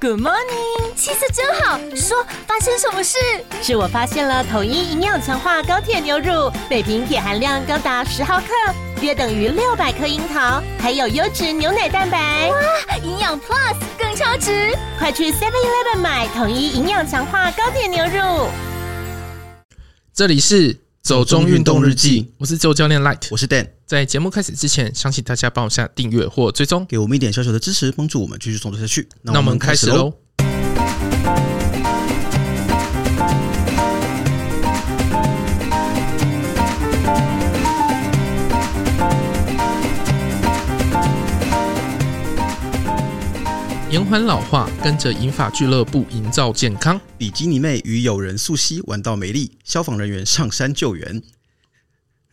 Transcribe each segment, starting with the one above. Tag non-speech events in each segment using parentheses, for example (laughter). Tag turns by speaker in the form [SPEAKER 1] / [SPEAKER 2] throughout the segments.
[SPEAKER 1] Good morning，
[SPEAKER 2] 气色真好。说发生什么事？
[SPEAKER 1] 是我发现了统一营养强化高铁牛乳，每瓶铁含量高达十毫克，约等于六百克樱桃，还有优质牛奶蛋白。
[SPEAKER 2] 哇，营养 Plus 更超值！
[SPEAKER 1] 快去 Seven Eleven 买统一营养强化高铁牛乳。
[SPEAKER 3] 这里是走中运动日记，我是周教练 Light。
[SPEAKER 4] 我是 Dan，
[SPEAKER 3] 在节目开始之前，相信大家帮我下订阅或追踪。
[SPEAKER 4] 给我们一点小小的支持，帮助我们继续创作下去。
[SPEAKER 3] 那我们开始喽。。延缓老化，跟着银发俱乐部营造健康。
[SPEAKER 4] 比基尼妹与友人素汐玩到没力，消防人员上山救援。
[SPEAKER 3] (laughs)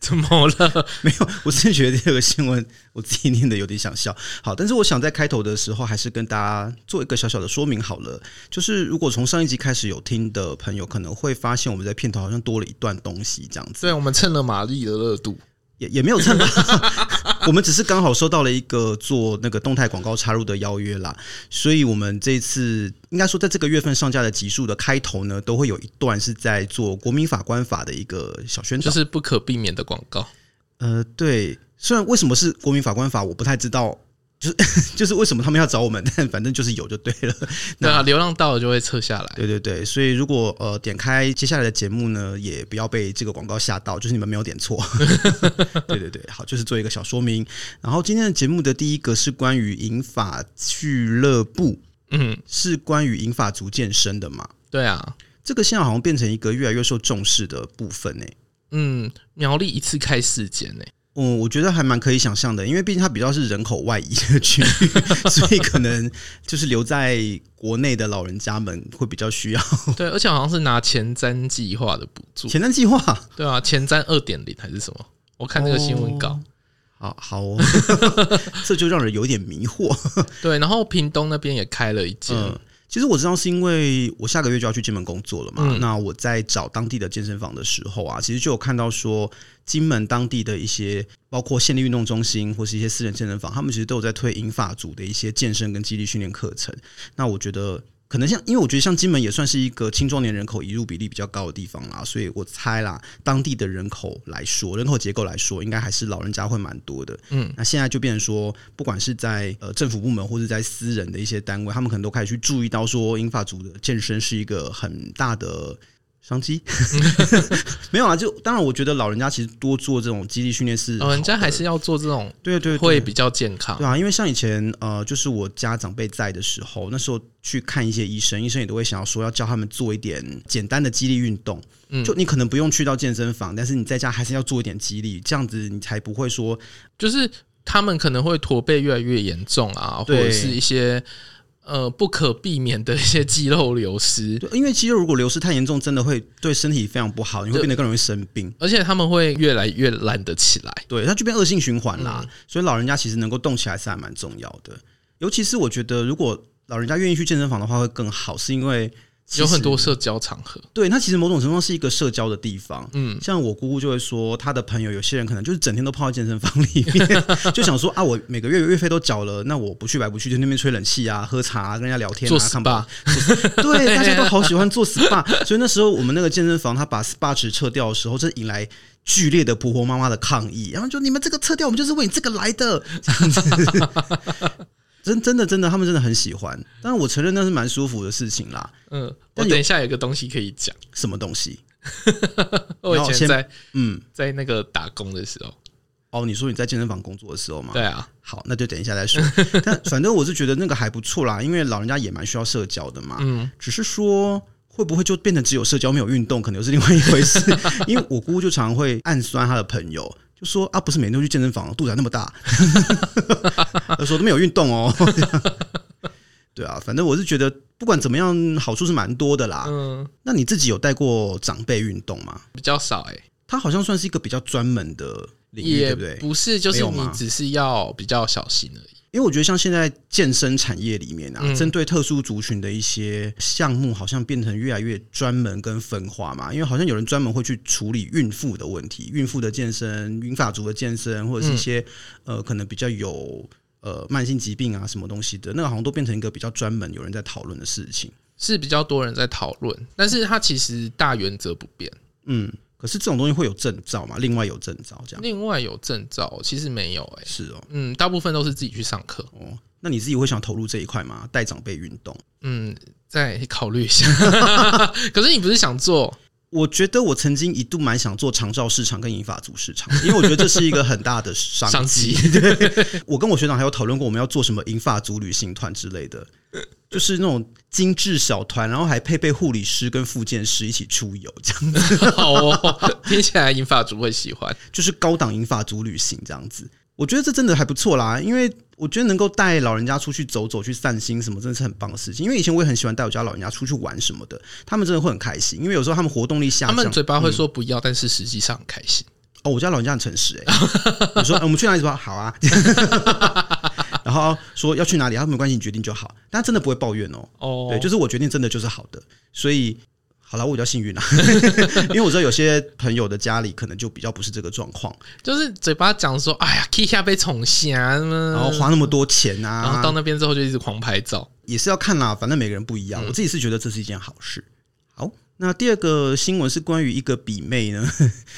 [SPEAKER 4] (laughs)
[SPEAKER 3] 怎么 (laughs) 了？
[SPEAKER 4] 没有，我真觉得这个新闻我自己念的有点想笑。好，但是我想在开头的时候还是跟大家做一个小小的说明好了。就是如果从上一集开始有听的朋友，可能会发现我们在片头好像多了一段东西，这样子
[SPEAKER 3] 对，我们蹭了玛丽的热度。
[SPEAKER 4] 也也没有蹭吧。 (laughs) 我们只是刚好收到了一个做那个动态广告插入的邀约啦，所以我们这次应该说在这个月份上架的集数的开头呢，都会有一段是在做国民法官法的一个小宣
[SPEAKER 3] 就
[SPEAKER 4] 传。
[SPEAKER 3] 是不可避免的广告。
[SPEAKER 4] 呃，对，虽然为什么是国民法官法，我不太知道，就是 (laughs) 就是为什么他们要找我们，但反正就是有就对了。那
[SPEAKER 3] 对啊，流浪到了就会撤下来。
[SPEAKER 4] 对对对，所以如果呃点开接下来的节目呢，也不要被这个广告吓到，就是你们没有点错。 (laughs) 对对对，好，就是做一个小说明。然后今天的节目的第一个是关于银发俱乐部，
[SPEAKER 3] 嗯，
[SPEAKER 4] 是关于银发族健身的嘛？
[SPEAKER 3] 对啊，
[SPEAKER 4] 这个现在好像变成一个越来越受重视的部分呢、
[SPEAKER 3] 嗯，苗栗一次开四间欸呢、
[SPEAKER 4] 嗯，我觉得还蛮可以想象的，因为毕竟它比较是人口外移的区域，所以可能就是留在国内的老人家们会比较需要。
[SPEAKER 3] 对，而且好像是拿前瞻计划的补助。
[SPEAKER 4] 哦 (laughs) 前瞻计划，
[SPEAKER 3] 对啊，前瞻二点零还是什么？我看那个新闻
[SPEAKER 4] 哦
[SPEAKER 3] 稿。
[SPEAKER 4] 好好哦， (laughs) 这就让人有点迷惑。
[SPEAKER 3] 对，然后屏东那边也开了一间。
[SPEAKER 4] 嗯，其实我知道是因为我下个月就要去金门工作了嘛。
[SPEAKER 3] 嗯
[SPEAKER 4] 那我在找当地的健身房的时候啊，其实就有看到说，金门当地的一些包括县立运动中心或是一些私人健身房，他们其实都有在推银发组的一些健身跟肌力训练课程。那我觉得。可能像，因为我觉得像金门也算是一个青壮年人口移入比例比较高的地方啦，所以我猜啦，当地的人口来说，人口结构来说，应该还是老人家会蛮多的。
[SPEAKER 3] 嗯
[SPEAKER 4] 那现在就变成说，不管是在呃政府部门或是在私人的一些单位，他们可能都开始去注意到说，英法族的健身是一个很大的。
[SPEAKER 3] (laughs)
[SPEAKER 4] 商机没有啦，就当然，我觉得老人家其实多做这种肌力训练是好
[SPEAKER 3] 老
[SPEAKER 4] 的
[SPEAKER 3] 哦人家还是要做这种，
[SPEAKER 4] 对对对
[SPEAKER 3] 会比较健康。
[SPEAKER 4] 对啊，因为像以前呃，就是我家长辈在的时候，那时候去看一些医生，医生也都会想要说要教他们做一点简单的肌力运动。
[SPEAKER 3] 嗯
[SPEAKER 4] 就你可能不用去到健身房，但是你在家还是要做一点肌力，这样子你才不会说
[SPEAKER 3] 就是他们可能会驼背越来越严重啊，或
[SPEAKER 4] 对
[SPEAKER 3] 者是一些呃不可避免的一些肌肉流失，
[SPEAKER 4] 对，因为肌肉如果流失太严重，真的会对身体非常不好，你会
[SPEAKER 3] 对
[SPEAKER 4] 变得更容易生病。
[SPEAKER 3] 而且他们会越来越懒得起来。
[SPEAKER 4] 对，它就变恶性循环啦。
[SPEAKER 3] 嗯
[SPEAKER 4] 所以老人家其实能够动起来是还蛮重要的。尤其是我觉得，如果老人家愿意去健身房的话，会更好，是因为其实
[SPEAKER 3] 有很多社交场合，
[SPEAKER 4] 对它其实某种程度上是一个社交的地方。
[SPEAKER 3] 嗯，
[SPEAKER 4] 像我姑姑就会说，她的朋友有些人可能就是整天都泡在健身房里面，
[SPEAKER 3] (laughs)
[SPEAKER 4] 就想说啊，我每个月月费都缴了，那我不去白不去，就那边吹冷气啊、喝茶、啊、跟人家聊天、啊、
[SPEAKER 3] 做
[SPEAKER 4] 看报
[SPEAKER 3] SPA，
[SPEAKER 4] 对，大家都好喜欢
[SPEAKER 3] (laughs)
[SPEAKER 4] 做 SPA，所以那时候我们那个健身房，他把 SPA 值撤掉的时候，这引来剧烈的婆婆妈妈的抗议，然后就你们这个撤掉，我们就是为你这个来的， (laughs) 这样子。真真的真的，他们真的很喜欢，但我承认那是蛮舒服的事情啦。
[SPEAKER 3] 嗯，我
[SPEAKER 4] 但有
[SPEAKER 3] 等一下有个东西可以
[SPEAKER 4] (laughs)
[SPEAKER 3] 讲。
[SPEAKER 4] 什么东西？
[SPEAKER 3] 我以
[SPEAKER 4] 然后
[SPEAKER 3] 前
[SPEAKER 4] 先
[SPEAKER 3] 在
[SPEAKER 4] 嗯，
[SPEAKER 3] 在那个打工的时候，
[SPEAKER 4] 哦，你说你在健身房工作的时候吗？
[SPEAKER 3] 对啊，
[SPEAKER 4] 好，那就等一下
[SPEAKER 3] (laughs)
[SPEAKER 4] 再说。但反正我是觉得那个还不错啦，因为老人家也蛮需要社交的嘛。
[SPEAKER 3] 嗯，
[SPEAKER 4] 只是说会不会就变成只有社交没有运动，可能又是另外一回事。 (laughs) 因为我姑姑就常会暗酸她的朋友，就说啊，不是每天都去健身房，肚子还那么大， (laughs) 她说都没有运动哦。 (laughs) 对啊，反正我是觉得不管怎么样，好处是蛮多的啦。
[SPEAKER 3] 嗯，
[SPEAKER 4] 那你自己有带过长辈运动吗？
[SPEAKER 3] 比较少哎、
[SPEAKER 4] 它好像算是一个比较专门的领域，
[SPEAKER 3] 也
[SPEAKER 4] 对不对？
[SPEAKER 3] 不是，就
[SPEAKER 4] 没
[SPEAKER 3] 是
[SPEAKER 4] 有
[SPEAKER 3] 你
[SPEAKER 4] 吗
[SPEAKER 3] 只是要比较小心而已。
[SPEAKER 4] 因为我觉得像现在健身产业里面啊，
[SPEAKER 3] 嗯
[SPEAKER 4] 针对特殊族群的一些项目，好像变成越来越专门跟分化嘛。因为好像有人专门会去处理孕妇的问题，孕妇的健身、孕法族的健身，或者是一些、呃可能比较有呃慢性疾病啊什么东西的，那个好像都变成一个比较专门有人在讨论的事情。
[SPEAKER 3] 是比较多人在讨论，但是它其实大原则不变。
[SPEAKER 4] 嗯，可是这种东西会有证照嘛？另外有证照这样
[SPEAKER 3] 另外有证照，其实没有哎、
[SPEAKER 4] 是哦
[SPEAKER 3] 嗯，大部分都是自己去上课。
[SPEAKER 4] 哦，那你自己会想投入这一块吗？带长辈运动？
[SPEAKER 3] 嗯，再考虑一
[SPEAKER 4] (laughs)
[SPEAKER 3] 下。可是你不是想做？
[SPEAKER 4] 我觉得我曾经一度蛮想做长照市场跟银发族市场，因 (laughs) 为我觉得这是一个很大的商
[SPEAKER 3] 商
[SPEAKER 4] 机
[SPEAKER 3] 机。
[SPEAKER 4] (laughs) 对，我跟我学长还有讨论过，我们要做什么银发族旅行团之类的，就是那种精致小团，然后还配备护理师跟复健师一起出游，这样 (laughs) 子
[SPEAKER 3] 好哦，听起来银发族会喜欢。
[SPEAKER 4] 就是高档银发族旅行这样子。我觉得这真的还不错啦，因为我觉得能够带老人家出去走走、去散心什么，真的是很棒的事情。因为以前我也很喜欢带我家老人家出去玩什么的，他们真的会很开心。因为有时候他们活动力下
[SPEAKER 3] 他
[SPEAKER 4] 降，
[SPEAKER 3] 们嘴巴会说不要，但是实际上很开心。
[SPEAKER 4] 哦，我家老人家很诚实哎、欸，我说、呃我们去哪里吧，好啊，然后说要去哪里，他说没关系，你决定就好，但他真的不会抱怨哦。
[SPEAKER 3] 哦
[SPEAKER 4] 对，就是我决定真的就是好的，所以好了，我比较幸运啦， (laughs) 因为我知道有些朋友的家里可能就比较不是这个状况，
[SPEAKER 3] 就是嘴巴讲说，哎呀，K 下被宠瞎呢，
[SPEAKER 4] 然后花那么多钱
[SPEAKER 3] 嗯然后
[SPEAKER 4] 啊
[SPEAKER 3] 到，那边之后就一直狂拍照。
[SPEAKER 4] 也是要看啦，反正每个人不一
[SPEAKER 3] 嗯
[SPEAKER 4] 样，我自己是觉得这是一件好事。好，那第二个新闻是关于一个比妹呢，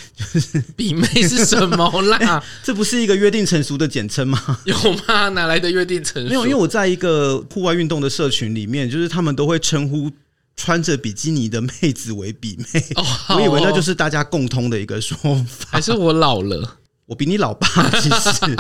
[SPEAKER 4] (laughs)
[SPEAKER 3] 比妹是什么啦？
[SPEAKER 4] 这不是一个约定成熟的简称吗？
[SPEAKER 3] 有吗？哪来的约定成熟？
[SPEAKER 4] 没有，因为我在一个户外运动的社群里面，就是他们都会称呼穿着比基尼的妹子为比妹，
[SPEAKER 3] 哦，好哦哦
[SPEAKER 4] 我以为那就是大家共通的一个说法。
[SPEAKER 3] 还是我老了。
[SPEAKER 4] 我比你
[SPEAKER 3] (laughs)
[SPEAKER 4] 老爸，其实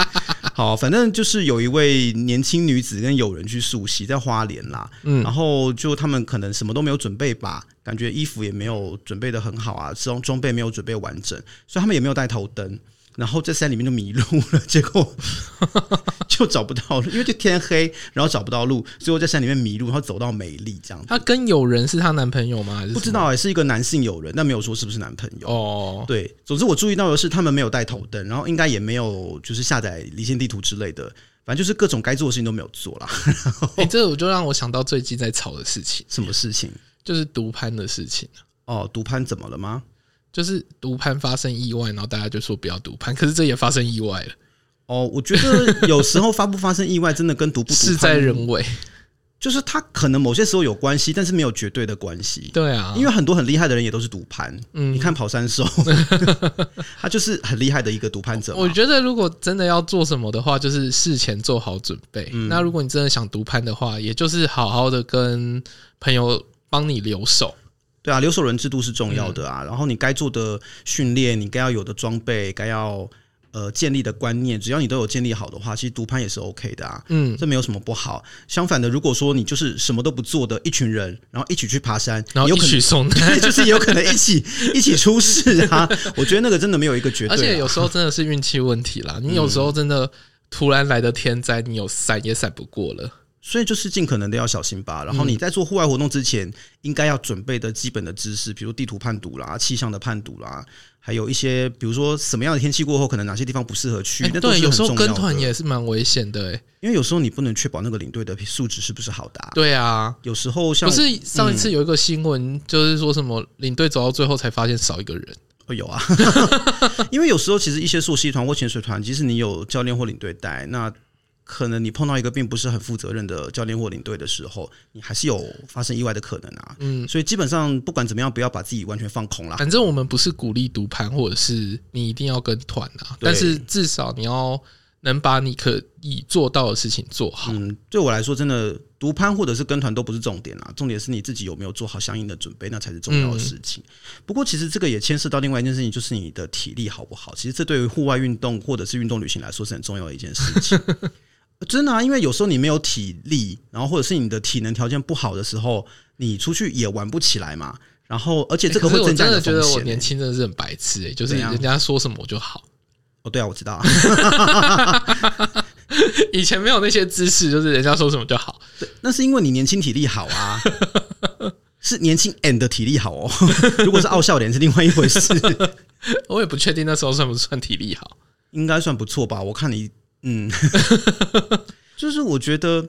[SPEAKER 4] 好，反正就是有一位年轻女子跟友人去溯溪，在花莲啦，
[SPEAKER 3] 嗯
[SPEAKER 4] 然后就他们可能什么都没有准备吧，感觉衣服也没有准备的很好啊，装装备没有准备完整，所以他们也没有带头灯。然后在山里面就迷路了，结果 (laughs) 就找不到路，因为就天黑，然后找不到路，最后在山里面迷路，然后走到美丽这样子。
[SPEAKER 3] 她跟友人是她男朋友吗？还是
[SPEAKER 4] 不知
[SPEAKER 3] 什么
[SPEAKER 4] 道、欸、是一个男性友人，但没有说是不是男朋友。
[SPEAKER 3] 哦。
[SPEAKER 4] 对，总之我注意到的是，他们没有带头灯，然后应该也没有就是下载离线地图之类的，反正就是各种该做的事情都没有做
[SPEAKER 3] (laughs)
[SPEAKER 4] 啦。
[SPEAKER 3] 哎、这我就让我想到最近在吵的事情，
[SPEAKER 4] 什么事情？
[SPEAKER 3] 就是毒攀的事情。
[SPEAKER 4] 哦，毒攀怎么了吗？
[SPEAKER 3] 就是毒攀发生意外，然后大家就说不要毒攀，可是这也发生意外了，
[SPEAKER 4] 哦，我
[SPEAKER 3] (laughs)
[SPEAKER 4] 觉得有时候发不发生意外，真的跟毒不毒
[SPEAKER 3] 事
[SPEAKER 4] 攀
[SPEAKER 3] 在，人为。
[SPEAKER 4] 就是它可能某些时候有关系，但是没有绝对的关系。
[SPEAKER 3] 对啊，
[SPEAKER 4] 因为很多很厉害的人也都是毒攀，
[SPEAKER 3] 嗯
[SPEAKER 4] 你看跑
[SPEAKER 3] (laughs)
[SPEAKER 4] 山兽，他就是很厉害的一个毒攀者嘛。
[SPEAKER 3] 我觉得如果真的要做什么的话，就是事前做好准备。
[SPEAKER 4] 嗯
[SPEAKER 3] 那如果你真的想毒攀的话，也就是好好的跟朋友帮你留守。
[SPEAKER 4] 对啊，留守人制度是重
[SPEAKER 3] 嗯
[SPEAKER 4] 要的啊。然后你该做的训练，你该要有的装备，该要呃建立的观念，只要你都有建立好的话，其实读攀也是 OK 的啊。
[SPEAKER 3] 嗯，
[SPEAKER 4] 这没有什么不好。相反的，如果说你就是什么都不做的一群人，然后一起去爬山，
[SPEAKER 3] 然后
[SPEAKER 4] 有
[SPEAKER 3] 一
[SPEAKER 4] 可能
[SPEAKER 3] 起送难。
[SPEAKER 4] (laughs) 对，就是有可能一起一起出事啊。我觉得那个真的没有一个绝对啊，
[SPEAKER 3] (laughs)
[SPEAKER 4] 嗯
[SPEAKER 3] 而且有时候真的是运气问题啦，你有时候真的突然来的天灾，你有闪也闪不过了。
[SPEAKER 4] 所以就是尽可能的要小心吧。然
[SPEAKER 3] 嗯
[SPEAKER 4] 后你在做户外活动之前，应该要准备的基本的知识，比如地图判读啦、气象的判读啦，还有一些比如说什么样的天气过后，可能哪些地方不适合去。
[SPEAKER 3] 哎
[SPEAKER 4] 那都
[SPEAKER 3] 对，
[SPEAKER 4] 是
[SPEAKER 3] 有
[SPEAKER 4] 很
[SPEAKER 3] 时
[SPEAKER 4] 重
[SPEAKER 3] 候
[SPEAKER 4] 要的
[SPEAKER 3] 跟团，也是蛮危险的、欸。
[SPEAKER 4] 因为有时候你不能确保那个领队的素质是不是好的、啊。，
[SPEAKER 3] 对啊，
[SPEAKER 4] 有时候像嗯
[SPEAKER 3] 不是上一次有一个新闻，就是说什么领队走到最后才发现少一个人。
[SPEAKER 4] 哦有啊， (laughs) 因为有时候其实一些溯溪团或潜水团，即使你有教练或领队带，那。可能你碰到一个并不是很负责任的教练或领队的时候，你还是有发生意外的可能啊。
[SPEAKER 3] 嗯，
[SPEAKER 4] 所以基本上不管怎么样，不要把自己完全放空
[SPEAKER 3] 啊
[SPEAKER 4] 啦。
[SPEAKER 3] 反正我们不是鼓励独盘，或者是你一定要跟团啊，
[SPEAKER 4] 对
[SPEAKER 3] 但是至少你要能把你可以做到的事情做好。
[SPEAKER 4] 嗯，对我来说，真的独攀或者是跟团都不是重点啦，重点是你自己有没有做好相应的准备，那才是重要的事情。
[SPEAKER 3] 嗯
[SPEAKER 4] 不过，其实这个也牵涉到另外一件事情，就是你的体力好不好。其实这对于户外运动或者是运动旅行来说是很重要的一件事
[SPEAKER 3] (laughs)
[SPEAKER 4] 情。真的啊，因为有时候你没有体力，然后或者是你的体能条件不好的时候，你出去也玩不起来嘛。然后，而且这个
[SPEAKER 3] 哎可
[SPEAKER 4] 会
[SPEAKER 3] 是我
[SPEAKER 4] 增加
[SPEAKER 3] 真
[SPEAKER 4] 你
[SPEAKER 3] 的
[SPEAKER 4] 的
[SPEAKER 3] 觉
[SPEAKER 4] 风
[SPEAKER 3] 得我
[SPEAKER 4] 险欸、
[SPEAKER 3] 年轻真的是很白痴诶、欸就是
[SPEAKER 4] 怎样
[SPEAKER 3] 人家说什么我就好。
[SPEAKER 4] 哦，对啊，我知道啊。
[SPEAKER 3] 以前没有那些知识，就是人家说什么就好。
[SPEAKER 4] (laughs) 那是因为你年轻体力好啊， (laughs) 是年轻 and 的体力好哦。 (laughs) 如果是傲笑脸是另外一回事， (laughs)
[SPEAKER 3] 我也不确定那时候算不算体力好。
[SPEAKER 4] 应该算不错吧？我看你，嗯， (laughs) 就是我觉得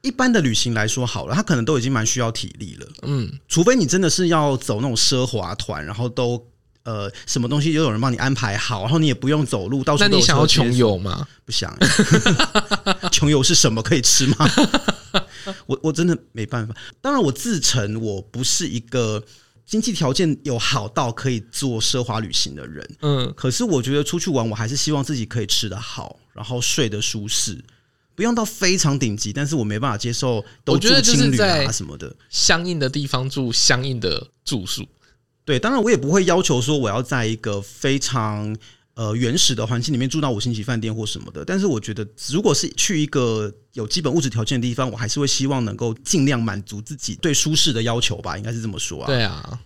[SPEAKER 4] 一般的旅行来说好了，他可能都已经蛮需要体力了，
[SPEAKER 3] 嗯，
[SPEAKER 4] 除非你真的是要走那种奢华团，然后都。呃什么东西都有人帮你安排好，然后你也不用走路，到处
[SPEAKER 3] 那
[SPEAKER 4] 都
[SPEAKER 3] 你
[SPEAKER 4] 有
[SPEAKER 3] 想要
[SPEAKER 4] 车接
[SPEAKER 3] 穷游吗？
[SPEAKER 4] 不想、 (laughs) 穷游是什么？可以吃吗？ (laughs) 我我真的没办法。当然，我自承我不是一个经济条件有好到可以做奢华旅行的人，
[SPEAKER 3] 嗯，
[SPEAKER 4] 可是我觉得出去玩，我还是希望自己可以吃得好，然后睡得舒适，不用到非常顶级，但是我没办法接受都
[SPEAKER 3] 我觉
[SPEAKER 4] 住
[SPEAKER 3] 得就是
[SPEAKER 4] 青旅
[SPEAKER 3] 在
[SPEAKER 4] 啊什么的。
[SPEAKER 3] 相应的地方住相应的住宿，
[SPEAKER 4] 对，当然我也不会要求说我要在一个非常呃原始的环境里面住到五星级饭店或什么的，但是我觉得如果是去一个有基本物质条件的地方，我还是会希望能够尽量满足自己对舒适的要求吧，应该是这么说啊。，
[SPEAKER 3] 对啊。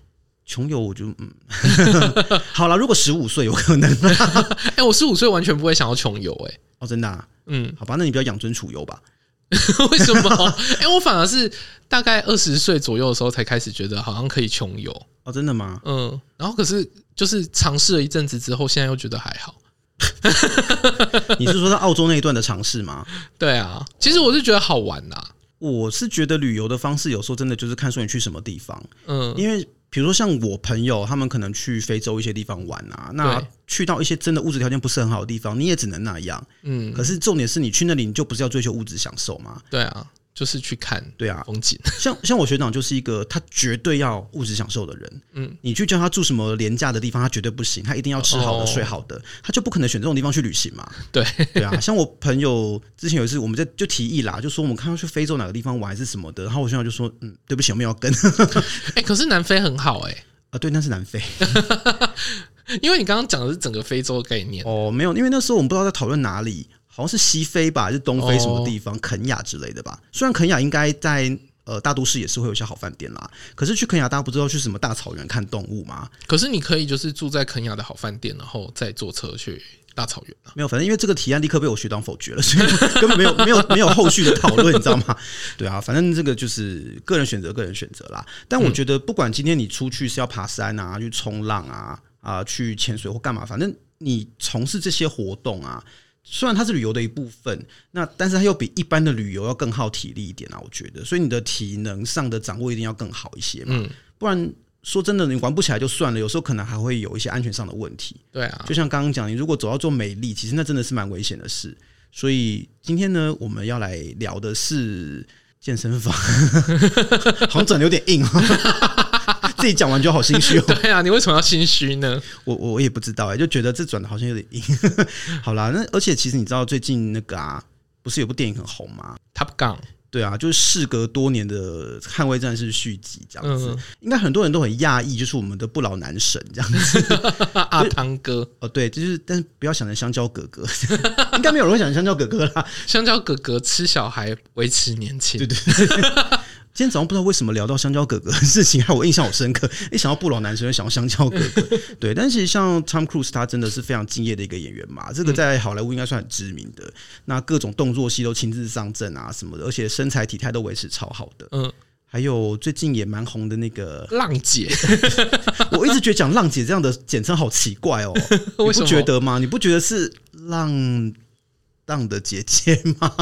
[SPEAKER 4] 穷游我就嗯， (laughs) 好了，如果十五岁有可能
[SPEAKER 3] 哎、我十五岁完全不会想要穷游，哎，
[SPEAKER 4] 哦，真的、啊，
[SPEAKER 3] 嗯，
[SPEAKER 4] 好吧，那你不要养尊处优吧。
[SPEAKER 3] (laughs) 为什么？哎、我反而是大概二十岁左右的时候才开始觉得好像可以穷游，
[SPEAKER 4] 哦，真的吗？
[SPEAKER 3] 嗯，然后可是就是尝试了一阵子之后，现在又觉得还好。
[SPEAKER 4] 你是说在澳洲那一段的尝试吗？
[SPEAKER 3] 对啊，其实我是觉得好玩啊啦、
[SPEAKER 4] 我是觉得旅游的方式有时候真的就是看说你去什么地方，
[SPEAKER 3] 嗯，
[SPEAKER 4] 因为比如说像我朋友，他们可能去非洲一些地方玩啊，那
[SPEAKER 3] 对
[SPEAKER 4] 去到一些真的物质条件不是很好的地方，你也只能那样。
[SPEAKER 3] 嗯，
[SPEAKER 4] 可是重点是你去那里，你就不是要追求物质享受嘛？
[SPEAKER 3] 对啊，就是去看
[SPEAKER 4] 对啊，
[SPEAKER 3] 风景， (laughs)
[SPEAKER 4] 像像我学长就是一个他绝对要物质享受的人，
[SPEAKER 3] 嗯
[SPEAKER 4] 嗯，你去叫他住什么廉价的地方，他绝对不行，他一定要吃好的、
[SPEAKER 3] 哦
[SPEAKER 4] 睡好的，他就不可能选这种地方去旅行嘛。
[SPEAKER 3] 对
[SPEAKER 4] 对啊，像我朋友之前有一次，我们在就提议啦，就说我们看要去非洲哪个地方玩还是什么的，然后我学长就说，嗯，对不起，我们要跟 (laughs)
[SPEAKER 3] 哎、可是南非很好哎、
[SPEAKER 4] 啊，对，那是南非。
[SPEAKER 3] 因为你刚刚讲的是整个非洲的概念，
[SPEAKER 4] 哦，没有，因为那时候我们不知道在讨论哪里，好像是西非吧，还是东非什
[SPEAKER 3] 哦
[SPEAKER 4] 么地方，肯雅之类的吧。虽然肯雅应该在呃大都市也是会有一些好饭店啦，可是去肯雅大家不知道去什么大草原看动物吗？
[SPEAKER 3] 可是你可以就是住在肯亚的好饭店，然后再坐车去大草原啊。
[SPEAKER 4] 没有，反正因为这个提案立刻被我学长否决了，所以根本没有没有没有后续的讨论，你知道吗？ (laughs) 对啊，反正这个就是个人选择，个人选择啦。但我觉得不管今天你出去是要爬山啊，去冲浪啊，啊、去潜水或干嘛，反正你从事这些活动啊，虽然它是旅游的一部分，那但是它又比一般的旅游要更耗体力一点啊，我觉得，所以你的体能上的掌握一定要更好一些嘛，
[SPEAKER 3] 嗯
[SPEAKER 4] 不然。说真的，你玩不起来就算了，有时候可能还会有一些安全上的问题。
[SPEAKER 3] 对啊
[SPEAKER 4] 就，像刚刚讲，你如果走到做美丽，其实那真的是蛮危险的事。所以今天呢，我们要来聊的是健身房， (laughs) 好像转的有点硬、哦， (laughs) 自己讲完就好心虚、哦。
[SPEAKER 3] 对啊，你为什么要心虚呢？
[SPEAKER 4] 我我我也不知道哎、就觉得这转的好像有点硬。 (laughs) 好啦，那而且其实你知道最近那个啊，不是有部电影很红吗？
[SPEAKER 3] Top Gun，
[SPEAKER 4] 对啊，就是事隔多年的《捍卫战士》续集这样子，
[SPEAKER 3] 嗯
[SPEAKER 4] 应该很多人都很讶异，就是我们的不老男神这样子。
[SPEAKER 3] 阿阿啊汤哥，
[SPEAKER 4] 哦，对，就是，但是不要想着香蕉哥 (laughs) 哥，应该没有人会想着香蕉哥哥啦。
[SPEAKER 3] 香蕉哥哥吃小孩维持年轻，对对，
[SPEAKER 4] 今天早上不知道为什么聊到香蕉哥哥的事情，让我印象好深刻。一想到不老男神，就想到香蕉哥哥。对，但其实像 Tom Cruise，他真的是非常敬业的一个演员嘛，
[SPEAKER 3] 嗯
[SPEAKER 4] 这个在好莱坞应该算很知名的。那各种动作戏都亲自上阵啊什么的，而且身材体态都维持超好的。
[SPEAKER 3] 嗯，
[SPEAKER 4] 还有最近也蛮红的那个，
[SPEAKER 3] 浪姐，
[SPEAKER 4] 我一直觉得讲浪姐这样的简称好奇怪哦，你
[SPEAKER 3] (laughs) 为什
[SPEAKER 4] 不
[SPEAKER 3] 么
[SPEAKER 4] 觉得吗？你不觉得是浪浪的姐姐吗？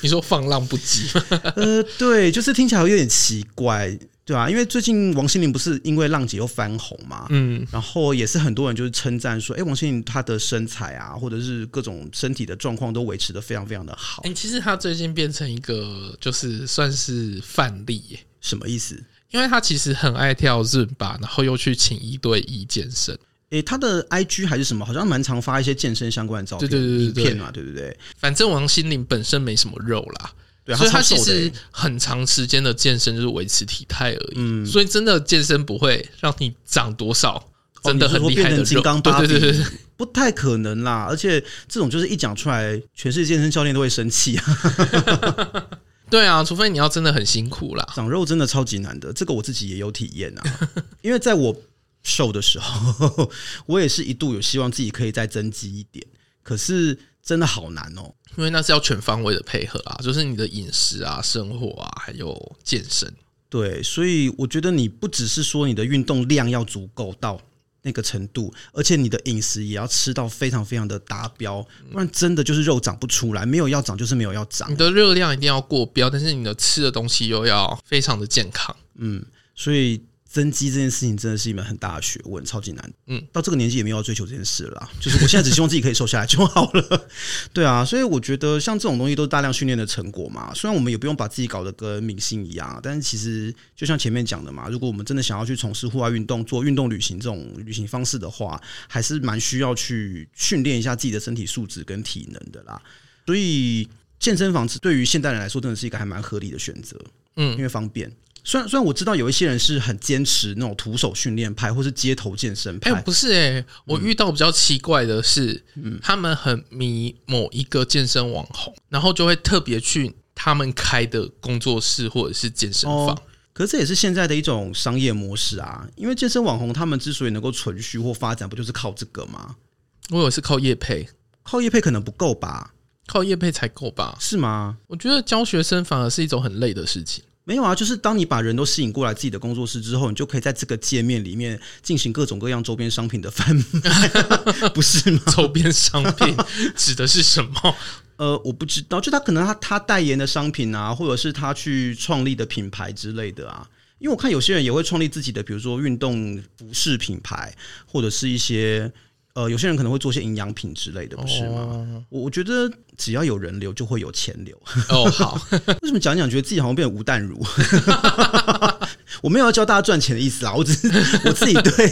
[SPEAKER 3] 你说放浪不羁
[SPEAKER 4] (laughs)
[SPEAKER 3] 吗？
[SPEAKER 4] 呃，对，就是听起来有点奇怪，对啊，因为最近王心凌不是因为《浪姐》又翻红嘛，
[SPEAKER 3] 嗯，
[SPEAKER 4] 然后也是很多人就是称赞说，哎、王心凌她的身材啊，或者是各种身体的状况都维持的非常非常的好，
[SPEAKER 3] 哎、其实他最近变成一个就是算是范例耶，
[SPEAKER 4] 什么意思？
[SPEAKER 3] 因为他其实很爱跳 Zumba，然后又去请一对一健身，
[SPEAKER 4] 哎、她的 IG 还是什么，好像蛮常发一些健身相关的照片、
[SPEAKER 3] 对对对对对
[SPEAKER 4] 影片嘛，对不对？
[SPEAKER 3] 反正王心凌本身没什么肉啦，
[SPEAKER 4] 对，
[SPEAKER 3] 所以她
[SPEAKER 4] 她
[SPEAKER 3] 其
[SPEAKER 4] 超瘦的欸
[SPEAKER 3] 实
[SPEAKER 4] 诶
[SPEAKER 3] 很长时间的健身就是维持体态而已。
[SPEAKER 4] 嗯
[SPEAKER 3] 所以真的健身不会让你长多少，真的很厉害
[SPEAKER 4] 哦
[SPEAKER 3] 的肉。
[SPEAKER 4] 你是说变成金刚芭
[SPEAKER 3] 对
[SPEAKER 4] 比
[SPEAKER 3] 对对对，
[SPEAKER 4] 不太可能啦，而且这种就是一讲出来，全世界健身教练都会生气啊，
[SPEAKER 3] 对啊，除非你要真的很辛苦啦。
[SPEAKER 4] 长肉真的超级难的，这个我自己也有体验啊。 (laughs) 因为在我瘦的时候， (laughs) 我也是一度有希望自己可以再增肌一点，可是真的好难哦。
[SPEAKER 3] 因为那是要全方位的配合啊，就是你的饮食啊、生活啊，还有健身。
[SPEAKER 4] 对，所以我觉得你不只是说你的运动量要足够到那个程度，而且你的饮食也要吃到非常非常的达标，不然真的就是肉长不出来，没有要长就是没有要长
[SPEAKER 3] 啊你。的热量一定要过标，但是你的吃的东西又要非常的健康。
[SPEAKER 4] 嗯所以增肌这件事情真的是一门很大的学问，超级难。
[SPEAKER 3] 嗯
[SPEAKER 4] 嗯，到这个年纪也没有要追求这件事了啦， (laughs) 就是我现在只希望自己可以瘦下来就好了。 (laughs) 对啊，所以我觉得像这种东西都是大量训练的成果嘛。虽然我们也不用把自己搞得跟明星一样，但是其实就像前面讲的嘛，如果我们真的想要去从事户外运动、做运动旅行这种旅行方式的话，还是蛮需要去训练一下自己的身体素质跟体能的啦。所以健身房是对于现代人来说，真的是一个还蛮合理的选择。
[SPEAKER 3] 嗯
[SPEAKER 4] 因为方便。虽然虽然我知道有一些人是很坚持那种徒手训练派，或是街头健身
[SPEAKER 3] 哎、
[SPEAKER 4] 派，
[SPEAKER 3] 不是哎、我遇到比较奇怪的是，他们很迷某一个健身网红，然后就会特别去他们开的工作室或者是健身房。
[SPEAKER 4] 哦可是这也是现在的一种商业模式啊。因为健身网红他们之所以能够存续或发展，不就是靠这个吗？
[SPEAKER 3] 我有是靠业配，
[SPEAKER 4] 靠业配可能不够吧？
[SPEAKER 3] 靠业配才够吧？
[SPEAKER 4] 是吗？
[SPEAKER 3] 我觉得教学生反而是一种很累的事情。
[SPEAKER 4] 没有啊，就是当你把人都吸引过来自己的工作室之后，你就可以在这个界面里面进行各种各样周边商品的贩卖，不是吗？
[SPEAKER 3] 周边商品指的是什么？
[SPEAKER 4] 呃，我不知道，就他可能他他代言的商品啊，或者是他去创立的品牌之类的啊。因为我看有些人也会创立自己的，比如说运动服饰品牌，或者是一些呃，有些人可能会做一些营养品之类的，不是吗？我、我觉得只要有人流，就会有钱流。
[SPEAKER 3] 哦，好，
[SPEAKER 4] 为什么讲一讲觉得自己好像变成吴淡如？ (laughs) 我没有要教大家赚钱的意思啦，我只是 (laughs) 我自己对，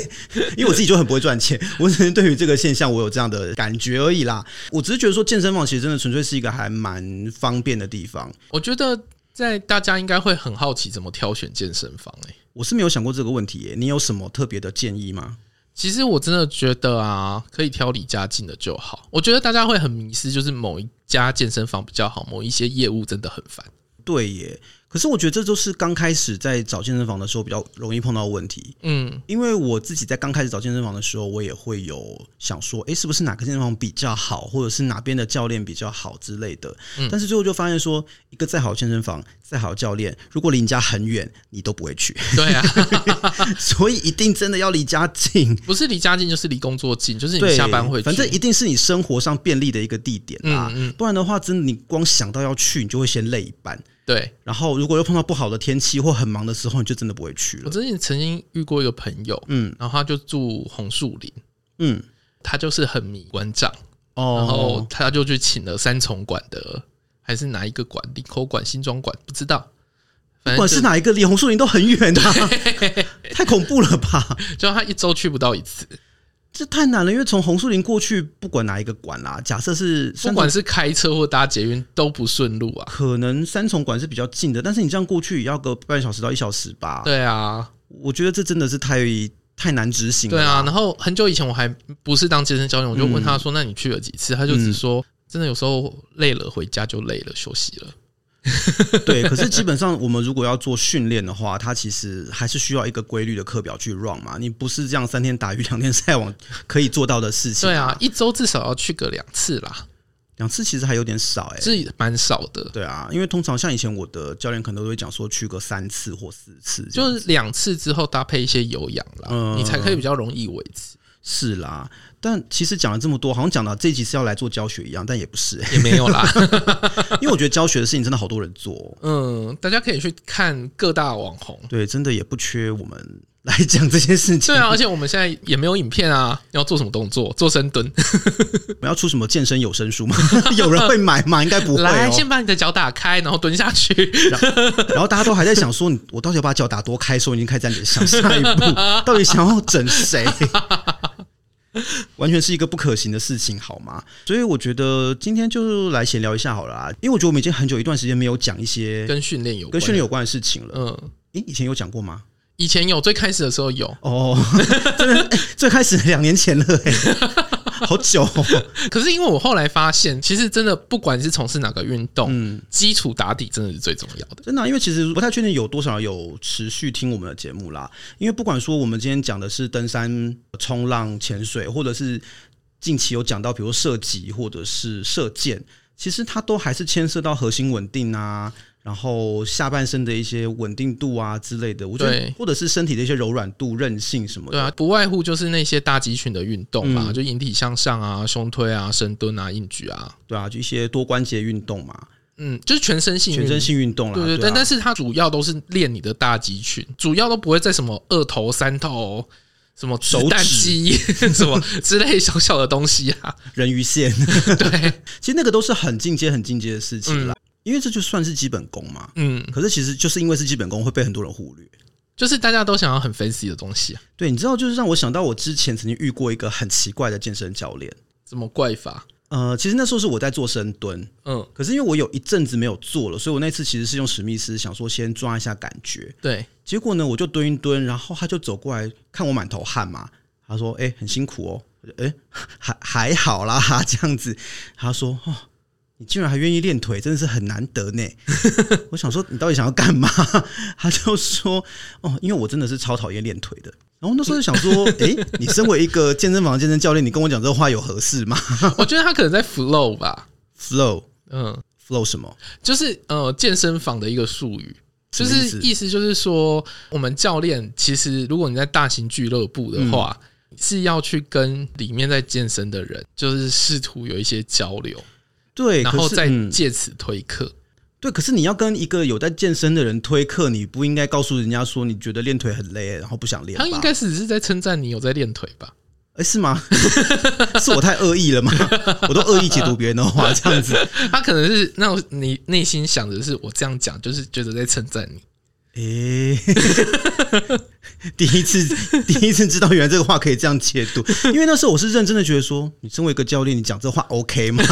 [SPEAKER 4] 因为我自己就很不会赚钱，我只是对于这个现象我有这样的感觉而已啦。我只是觉得说健身房其实真的纯粹是一个还蛮方便的地方。
[SPEAKER 3] 我觉得在大家应该会很好奇怎么挑选健身房欸诶、
[SPEAKER 4] 我是没有想过这个问题耶、你有什么特别的建议吗？
[SPEAKER 3] 其实我真的觉得啊，可以挑离家近的就好。我觉得大家会很迷失，就是某一家健身房比较好，某一些业务真的很烦。
[SPEAKER 4] 对耶，可是我觉得这就是刚开始在找健身房的时候比较容易碰到的问题。
[SPEAKER 3] 嗯，
[SPEAKER 4] 因为我自己在刚开始找健身房的时候，我也会有想说，诶，是不是哪个健身房比较好，或者是哪边的教练比较好之类的。
[SPEAKER 3] 嗯
[SPEAKER 4] 但是最后就发现说，一个再好的健身房，再好的教练，如果离你家很远，你都不会去， (laughs)
[SPEAKER 3] 对啊， (laughs)
[SPEAKER 4] 所以一定真的要离家近。
[SPEAKER 3] 不是离家近就是离工作近， (laughs) 就是你
[SPEAKER 4] 对，
[SPEAKER 3] 下班会去。
[SPEAKER 4] 反正一定是你生活上便利的一个地点啦、
[SPEAKER 3] 嗯嗯
[SPEAKER 4] 不然的话，真的你光想到要去，你就会先累一半。
[SPEAKER 3] 对
[SPEAKER 4] 然后如果又碰到不好的天气或很忙的时候，你就真的不会去
[SPEAKER 3] 我
[SPEAKER 4] 了。
[SPEAKER 3] 之前曾经遇过一个朋友，
[SPEAKER 4] 嗯
[SPEAKER 3] 然后他就住红树林，
[SPEAKER 4] 嗯，
[SPEAKER 3] 他就是很迷馆长，
[SPEAKER 4] 哦，
[SPEAKER 3] 然后他就去请了三重馆的，还是哪一个馆？林口馆、新庄馆，不知道。反
[SPEAKER 4] 不
[SPEAKER 3] 正
[SPEAKER 4] 管
[SPEAKER 3] 就是
[SPEAKER 4] 哪一个，离红树林都很远啊，太恐怖了吧？
[SPEAKER 3] 就他一周去不到一次，
[SPEAKER 4] 这太难了，因为从红树林过去，不管哪一个馆啦，假设是
[SPEAKER 3] 不
[SPEAKER 4] 三
[SPEAKER 3] 管
[SPEAKER 4] 重，
[SPEAKER 3] 是开车或搭捷运都不顺路啊。
[SPEAKER 4] 可能三重馆是比较近的，但是你这样过去也要个半小时到一小时吧？，
[SPEAKER 3] 对啊，
[SPEAKER 4] 我觉得这真的是太太难执行了。
[SPEAKER 3] 对啊。，然后很久以前我还不是当健身教练，我就
[SPEAKER 4] 嗯
[SPEAKER 3] 问他说：“那你去了几次？”他就只说：“真的有时候累了，回家就累了，休息了。
[SPEAKER 4] 嗯对。可是基本上，我们如果要做训练的话，它其实还是需要一个规律的课表去 run 嘛。你不是这样三天打鱼两天晒网可以做到的事”情。
[SPEAKER 3] 对啊，，一周至少要去个两次啦，
[SPEAKER 4] 两次其实还有点少哎、
[SPEAKER 3] 这蛮少的。
[SPEAKER 4] 对啊，因为通常像以前我的教练可能都会讲说去个三次或四次这样子，
[SPEAKER 3] 就是两次之后搭配一些有氧啦，
[SPEAKER 4] 嗯
[SPEAKER 3] 你才可以比较容易维持。
[SPEAKER 4] 是啦，但其实讲了这么多，好像讲到这一集是要来做教学一样，但也不是、欸
[SPEAKER 3] 也没有啦，
[SPEAKER 4] (laughs) 因为我觉得教学的事情真的好多人做哦，
[SPEAKER 3] 嗯，大家可以去看各大网红。
[SPEAKER 4] 对，真的也不缺我们来讲这件事情。
[SPEAKER 3] 对啊，而且我们现在也没有影片啊，要做什么动作？做深蹲，
[SPEAKER 4] 我们要出什么健身有声书吗？ (laughs) 有人会买吗？应该不会
[SPEAKER 3] 来，
[SPEAKER 4] 哦。
[SPEAKER 3] 先把你的脚打开，然后蹲下去。
[SPEAKER 4] 然后大家都还在想说，你我到底要把脚打多开？所以已经开始在想
[SPEAKER 3] (laughs)
[SPEAKER 4] 下一步，到底想要整谁？完全是一个不可行的事情，好吗？所以我觉得今天就来闲聊一下好了啊啦，因为我觉得我们已经很久一段时间没有讲一些
[SPEAKER 3] (laughs) 跟训练有关，
[SPEAKER 4] 跟训练有关的事情了。
[SPEAKER 3] 嗯，
[SPEAKER 4] 诶、以前有讲过吗？
[SPEAKER 3] 以前有，最开始的时候有，
[SPEAKER 4] 哦， (laughs) 真的，欸最开始两年前了、欸，好久、哦。
[SPEAKER 3] 可是因为我后来发现，其实真的不管是从事哪个运动，
[SPEAKER 4] 嗯，
[SPEAKER 3] 基础打底真的是最重要的。
[SPEAKER 4] 真的啊、因为其实不太确定有多少人有持续听我们的节目啦。因为不管说我们今天讲的是登山、冲浪、潜水，或者是近期有讲到，比如射击或者是射箭，其实它都还是牵涉到核心稳定啊。然后下半身的一些稳定度啊之类的，我觉得
[SPEAKER 3] 对
[SPEAKER 4] 或者是身体的一些柔软度、韧性什么的，
[SPEAKER 3] 对啊，不外乎就是那些大肌群的运动嘛，
[SPEAKER 4] 嗯
[SPEAKER 3] 就引体向上啊、胸推啊、深蹲啊、硬举啊。
[SPEAKER 4] 对啊，就一些多关节运动嘛。
[SPEAKER 3] 嗯，就是全身性运动
[SPEAKER 4] 全身性运动啦，
[SPEAKER 3] 对对，
[SPEAKER 4] 对啊
[SPEAKER 3] 但但是它主要都是练你的大肌群，主要都不会在什么二头、三头、什么子弹肌、 (laughs) 什么之类小小的东西啊。
[SPEAKER 4] 人鱼线，
[SPEAKER 3] (laughs) 对，
[SPEAKER 4] (laughs) 其实那个都是很进阶、很进阶的事情啦，因为这就算是基本功嘛。
[SPEAKER 3] 嗯，
[SPEAKER 4] 可是其实就是因为是基本功，会被很多人忽略。
[SPEAKER 3] 就是大家都想要很 fancy 的东西啊，
[SPEAKER 4] 对，你知道，就是让我想到我之前曾经遇过一个很奇怪的健身教练。
[SPEAKER 3] 什么怪法？
[SPEAKER 4] 呃，其实那时候是我在做深蹲，
[SPEAKER 3] 嗯，
[SPEAKER 4] 可是因为我有一阵子没有做了，所以我那次其实是用史密斯想说先抓一下感觉。
[SPEAKER 3] 对，
[SPEAKER 4] 结果呢，我就蹲一蹲，然后他就走过来看我满头汗嘛，他说：“哎、很辛苦哦。”我就：“哎、还还好啦， (laughs) 这样子。”他说：“哦，你竟然还愿意练腿，真的是很难得呢。” (laughs) 我想说，你到底想要干嘛？ (laughs) 他就说：“哦，因为我真的是超讨厌练腿的。”然后那时候就想说：“哎、你身为一个健身房的健身教练，你跟我讲这话有合适吗 (laughs)
[SPEAKER 3] 我觉得他可能在 flow 吧，
[SPEAKER 4] ？”Flow
[SPEAKER 3] 嗯，
[SPEAKER 4] flow 什么？
[SPEAKER 3] 就是呃健身房的一个术语，就
[SPEAKER 4] 什
[SPEAKER 3] 是
[SPEAKER 4] 么意思
[SPEAKER 3] 意思就是说，我们教练其实如果你在大型俱乐部的话，
[SPEAKER 4] 嗯
[SPEAKER 3] 是要去跟里面在健身的人，就是试图有一些交流，
[SPEAKER 4] 对，
[SPEAKER 3] 然
[SPEAKER 4] 可
[SPEAKER 3] 后
[SPEAKER 4] 是
[SPEAKER 3] 再
[SPEAKER 4] 嗯
[SPEAKER 3] 借此推课。
[SPEAKER 4] 对，可是你要跟一个有在健身的人推课，你不应该告诉人家说你觉得练腿很累，然后不想练吧。
[SPEAKER 3] 他应该只是在称赞你有在练腿吧？
[SPEAKER 4] 哎，是吗？ (laughs) 是我太恶意了吗？我都恶意解读别人的话，
[SPEAKER 3] (laughs)
[SPEAKER 4] 这样子。
[SPEAKER 3] 他可能是那种你内心想的是我这样讲，就是觉得在称赞你。
[SPEAKER 4] 诶， (laughs) 第一次，第一次知道原来这个话可以这样解读，因为那时候我是认真的觉得说，你身为一个教练，你讲这话 OK 吗？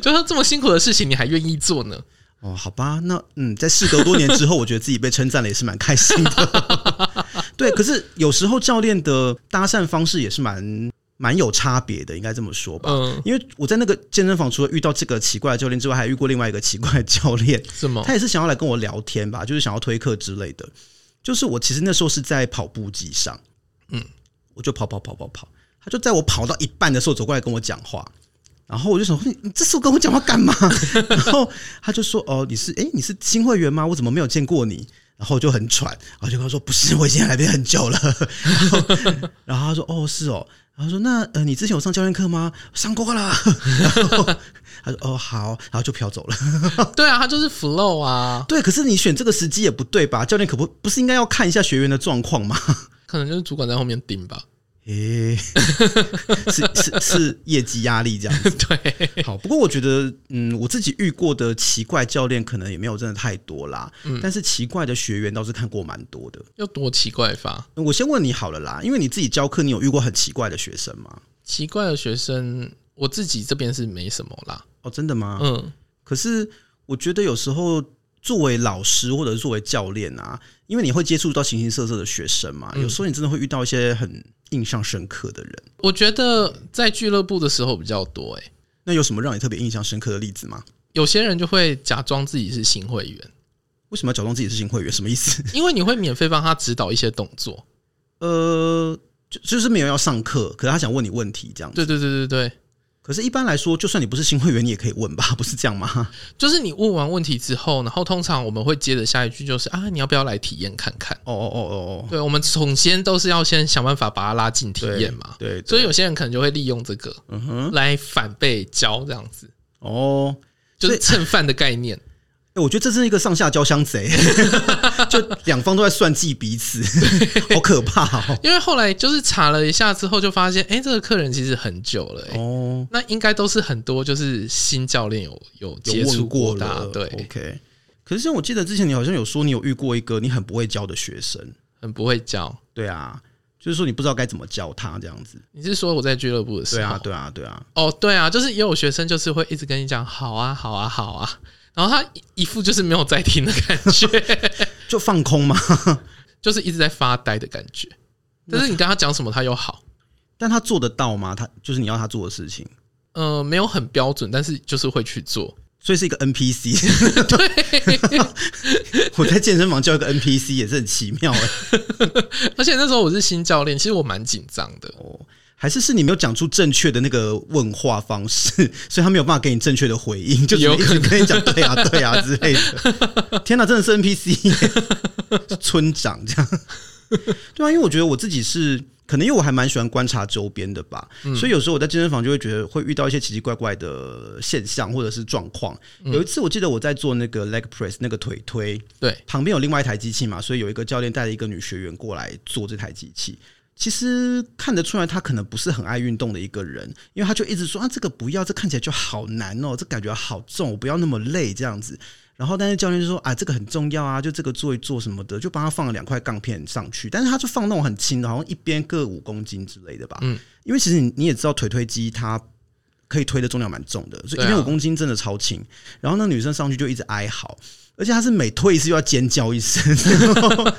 [SPEAKER 3] 就说这么辛苦的事情你还愿意做呢？
[SPEAKER 4] 哦，好吧，那嗯，在事隔多年之后，我觉得自己被称赞了也是蛮开心的。 (laughs) 对，可是有时候教练的搭讪方式也是蛮蛮有差别的，应该这么说吧。
[SPEAKER 3] 嗯，
[SPEAKER 4] 因为我在那个健身房，除了遇到这个奇怪的教练之外，还遇过另外一个奇怪的教练，
[SPEAKER 3] 什么
[SPEAKER 4] 他？也是想要来跟我聊天吧，就是想要推课之类的。就是我其实那时候是在跑步机上，嗯，我就跑跑跑跑跑，他就在我跑到一半的时候走过来跟我讲话，然后我就想说，你你这时候跟我讲话干嘛？ (laughs) 然后他就说，哦，你是诶，你是新会员吗？我怎么没有见过你？然后我就很喘，然后就跟他说，不是，我已经来这边很久了。 (laughs) 然后然后他说，哦，是哦。然后说，那呃，你之前有上教练课吗？上过啦。 (laughs) 然后他说，哦，好，然后就飘走了。
[SPEAKER 3] 对啊，他就是 flow 啊，
[SPEAKER 4] 对，可是你选这个时机也不对吧？教练可不不是应该要看一下学员的状况吗？
[SPEAKER 3] 可能就是主管在后面盯吧。 (laughs)
[SPEAKER 4] 诶、 (laughs) 是是是业绩压力这样子。
[SPEAKER 3] 对，
[SPEAKER 4] 好，不过我觉得，嗯，我自己遇过的奇怪教练可能也没有真的太多啦，但是奇怪的学员倒是看过蛮多的。
[SPEAKER 3] 又多奇怪法？
[SPEAKER 4] 我先问你好了啦，因为你自己教课，你有遇过很奇怪的学生吗？
[SPEAKER 3] 奇怪的学生，我自己这边是没什么啦。
[SPEAKER 4] 哦，真的吗？
[SPEAKER 3] 嗯，
[SPEAKER 4] 可是我觉得有时候作为老师或者是作为教练啊，因为你会接触到形形色色的学生嘛，有时候你真的会遇到一些很印象深刻的人。
[SPEAKER 3] 我觉得在俱乐部的时候比较多、欸。
[SPEAKER 4] 那有什么让你特别印象深刻的例子吗？
[SPEAKER 3] 有些人就会假装自己是新会员，
[SPEAKER 4] 为什么要假装自己是新会员？什么意思？
[SPEAKER 3] 因为你会免费帮他指导一些动作。
[SPEAKER 4] (laughs) 呃，就就是没有要上课，可是他想问你问题这样子。
[SPEAKER 3] 对对对对对，
[SPEAKER 4] 可是，一般来说，就算你不是新会员，你也可以问吧？不是这样吗？
[SPEAKER 3] 就是你问完问题之后，然后通常我们会接着下一句就是啊，你要不要来体验看看？
[SPEAKER 4] (laughs) 哦哦哦哦哦，
[SPEAKER 3] 对，我们首先都是要先想办法把他拉进体验嘛。
[SPEAKER 4] 对，
[SPEAKER 3] 所
[SPEAKER 4] 以
[SPEAKER 3] 以有些人可能就会利用这个
[SPEAKER 4] 嗯哼，
[SPEAKER 3] 来反被教这样子，
[SPEAKER 4] 哦，
[SPEAKER 3] 就
[SPEAKER 4] 所以
[SPEAKER 3] 是蹭饭的概念。
[SPEAKER 4] 哎、我觉得这是一个上下交相贼， (laughs) 就两方都在算计彼此，好可怕哦。
[SPEAKER 3] 因为后来就是查了一下之后，就发现，哎、这个客人其实很久了、诶
[SPEAKER 4] 哦，
[SPEAKER 3] 那应该都是很多就是新教练有有接
[SPEAKER 4] 有
[SPEAKER 3] 触
[SPEAKER 4] 问过
[SPEAKER 3] 的啊
[SPEAKER 4] 了，，哦
[SPEAKER 3] 对，
[SPEAKER 4] ，OK。可是像我记得之前你好像有说你有遇过一个你很不会教的学生，
[SPEAKER 3] 很不会教。
[SPEAKER 4] 对啊，就是说你不知道该怎么教他这样子。
[SPEAKER 3] 你是说我在俱乐部的时
[SPEAKER 4] 对
[SPEAKER 3] 候？
[SPEAKER 4] 啊，对啊，对啊，
[SPEAKER 3] 哦，对啊，就是也有学生就是会一直跟你讲好啊，好啊，好啊，然后他一一副就是没有在听的感觉，
[SPEAKER 4] 就放空嘛。
[SPEAKER 3] 就是一直在发呆的感觉。但是你跟他讲什么，他又好，
[SPEAKER 4] (laughs) 但他做得到吗？他就是你要他做的事情，
[SPEAKER 3] 嗯、没有很标准，但是就是会去做。
[SPEAKER 4] (laughs) 所以是一个 NPC。对，我在健身房叫一个 NPC 也是很奇妙哎、
[SPEAKER 3] 而且那时候我是新教练，其实我蛮紧张的。
[SPEAKER 4] 哦，还是是你没有讲出正确的那个问话方式， (laughs) 所以他没有办法给你正确的回应， (laughs) 就只能
[SPEAKER 3] 有可
[SPEAKER 4] 一直跟你讲对啊对啊之类的。
[SPEAKER 3] (laughs)
[SPEAKER 4] 天哪，真的是 (laughs) NPC，耶、是村长这样。对啊，因为我觉得我自己是可能因为我还蛮喜欢观察周边的吧，
[SPEAKER 3] 嗯
[SPEAKER 4] 所以有时候我在健身房就会觉得会遇到一些奇奇怪怪的现象或者是状况。
[SPEAKER 3] 嗯
[SPEAKER 4] 有一次我记得我在做那个 leg press 那个腿推，
[SPEAKER 3] 对， (laughs)
[SPEAKER 4] 旁边有另外一台机器嘛，所以有一个教练带了一个女学员过来做这台机器。其实看得出来，她可能不是很爱运动的一个人，因为她就一直说啊，这个不要，这看起来就好难哦，这感觉好重，我不要那么累这样子。然后，但是教练就说啊，这个很重要啊，就这个做一做什么的，就帮他放了两块杠片上去，但是他就放那种很轻的，好像一边各五公斤之类的吧。
[SPEAKER 3] 嗯
[SPEAKER 4] 嗯，因为其实你你也知道，腿推机它可以推的重量蛮重的，所以一
[SPEAKER 3] 对
[SPEAKER 4] 边
[SPEAKER 3] 啊
[SPEAKER 4] 五公斤真的超轻。然后那女生上去就一直哀嚎，而且她是每推一次就要尖叫一声， (laughs) 然后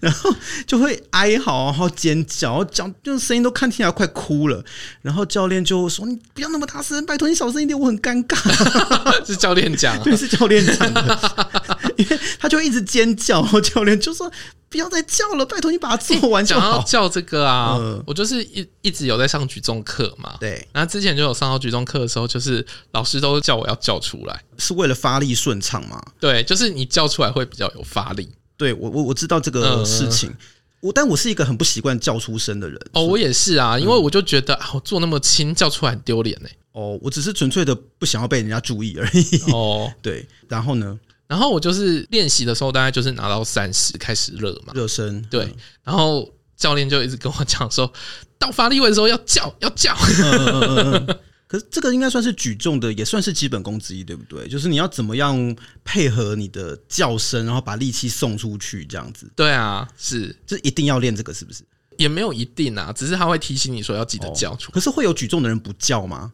[SPEAKER 4] 然后就会哀嚎，然后尖叫，然后讲就是声音都看听起来快哭了。然后教练就说：“你不要那么大声，拜托你小声一点，我很尴尬。”
[SPEAKER 3] (laughs)
[SPEAKER 4] (laughs)
[SPEAKER 3] 是教练讲啊，
[SPEAKER 4] 对，是教练讲的，因为他就一直尖叫，然后教练就说不要再叫了，拜托 (laughs) 你把它做完就
[SPEAKER 3] 哎讲到
[SPEAKER 4] 好。
[SPEAKER 3] 叫这个啊，
[SPEAKER 4] 嗯
[SPEAKER 3] 我就是一一直有在上举重课嘛，
[SPEAKER 4] 对，
[SPEAKER 3] 然后之前就有上到举重课的时候，就是老师都叫我要叫出来，
[SPEAKER 4] 是为了发力顺畅嘛？
[SPEAKER 3] 对，就是你叫出来会比较有发力。
[SPEAKER 4] 对我我我知道这
[SPEAKER 3] 嗯
[SPEAKER 4] 个事情，我但我是一个很不习惯叫出声的人。
[SPEAKER 3] 哦，
[SPEAKER 4] 所以
[SPEAKER 3] 我也是
[SPEAKER 4] 嗯
[SPEAKER 3] 啊，因为我就觉得啊，我做那么轻，叫出来很丢脸欸呢。
[SPEAKER 4] (laughs) 哦，我只是纯粹的不想要被人家注意而已。 (laughs)
[SPEAKER 3] 哦，
[SPEAKER 4] 对，然后呢，
[SPEAKER 3] 然后我就是练习的时候，大概就是拿到三十开始热嘛，
[SPEAKER 4] 热身
[SPEAKER 3] 对，然后教练就一直跟我讲说，到发力位的时候要叫，要叫。 (laughs)
[SPEAKER 4] 嗯嗯嗯嗯 (laughs) 嗯。可是这个应该算是举重的，也算是基本功之一，对不对？就是你要怎么样配合你的叫声，然后把力气送出去，这样子，
[SPEAKER 3] 对啊，是
[SPEAKER 4] 这一定要练这个，是不是？
[SPEAKER 3] 也没有一定啊，只是他会提醒你说要记得叫出。
[SPEAKER 4] 可是会有举重的人不叫吗？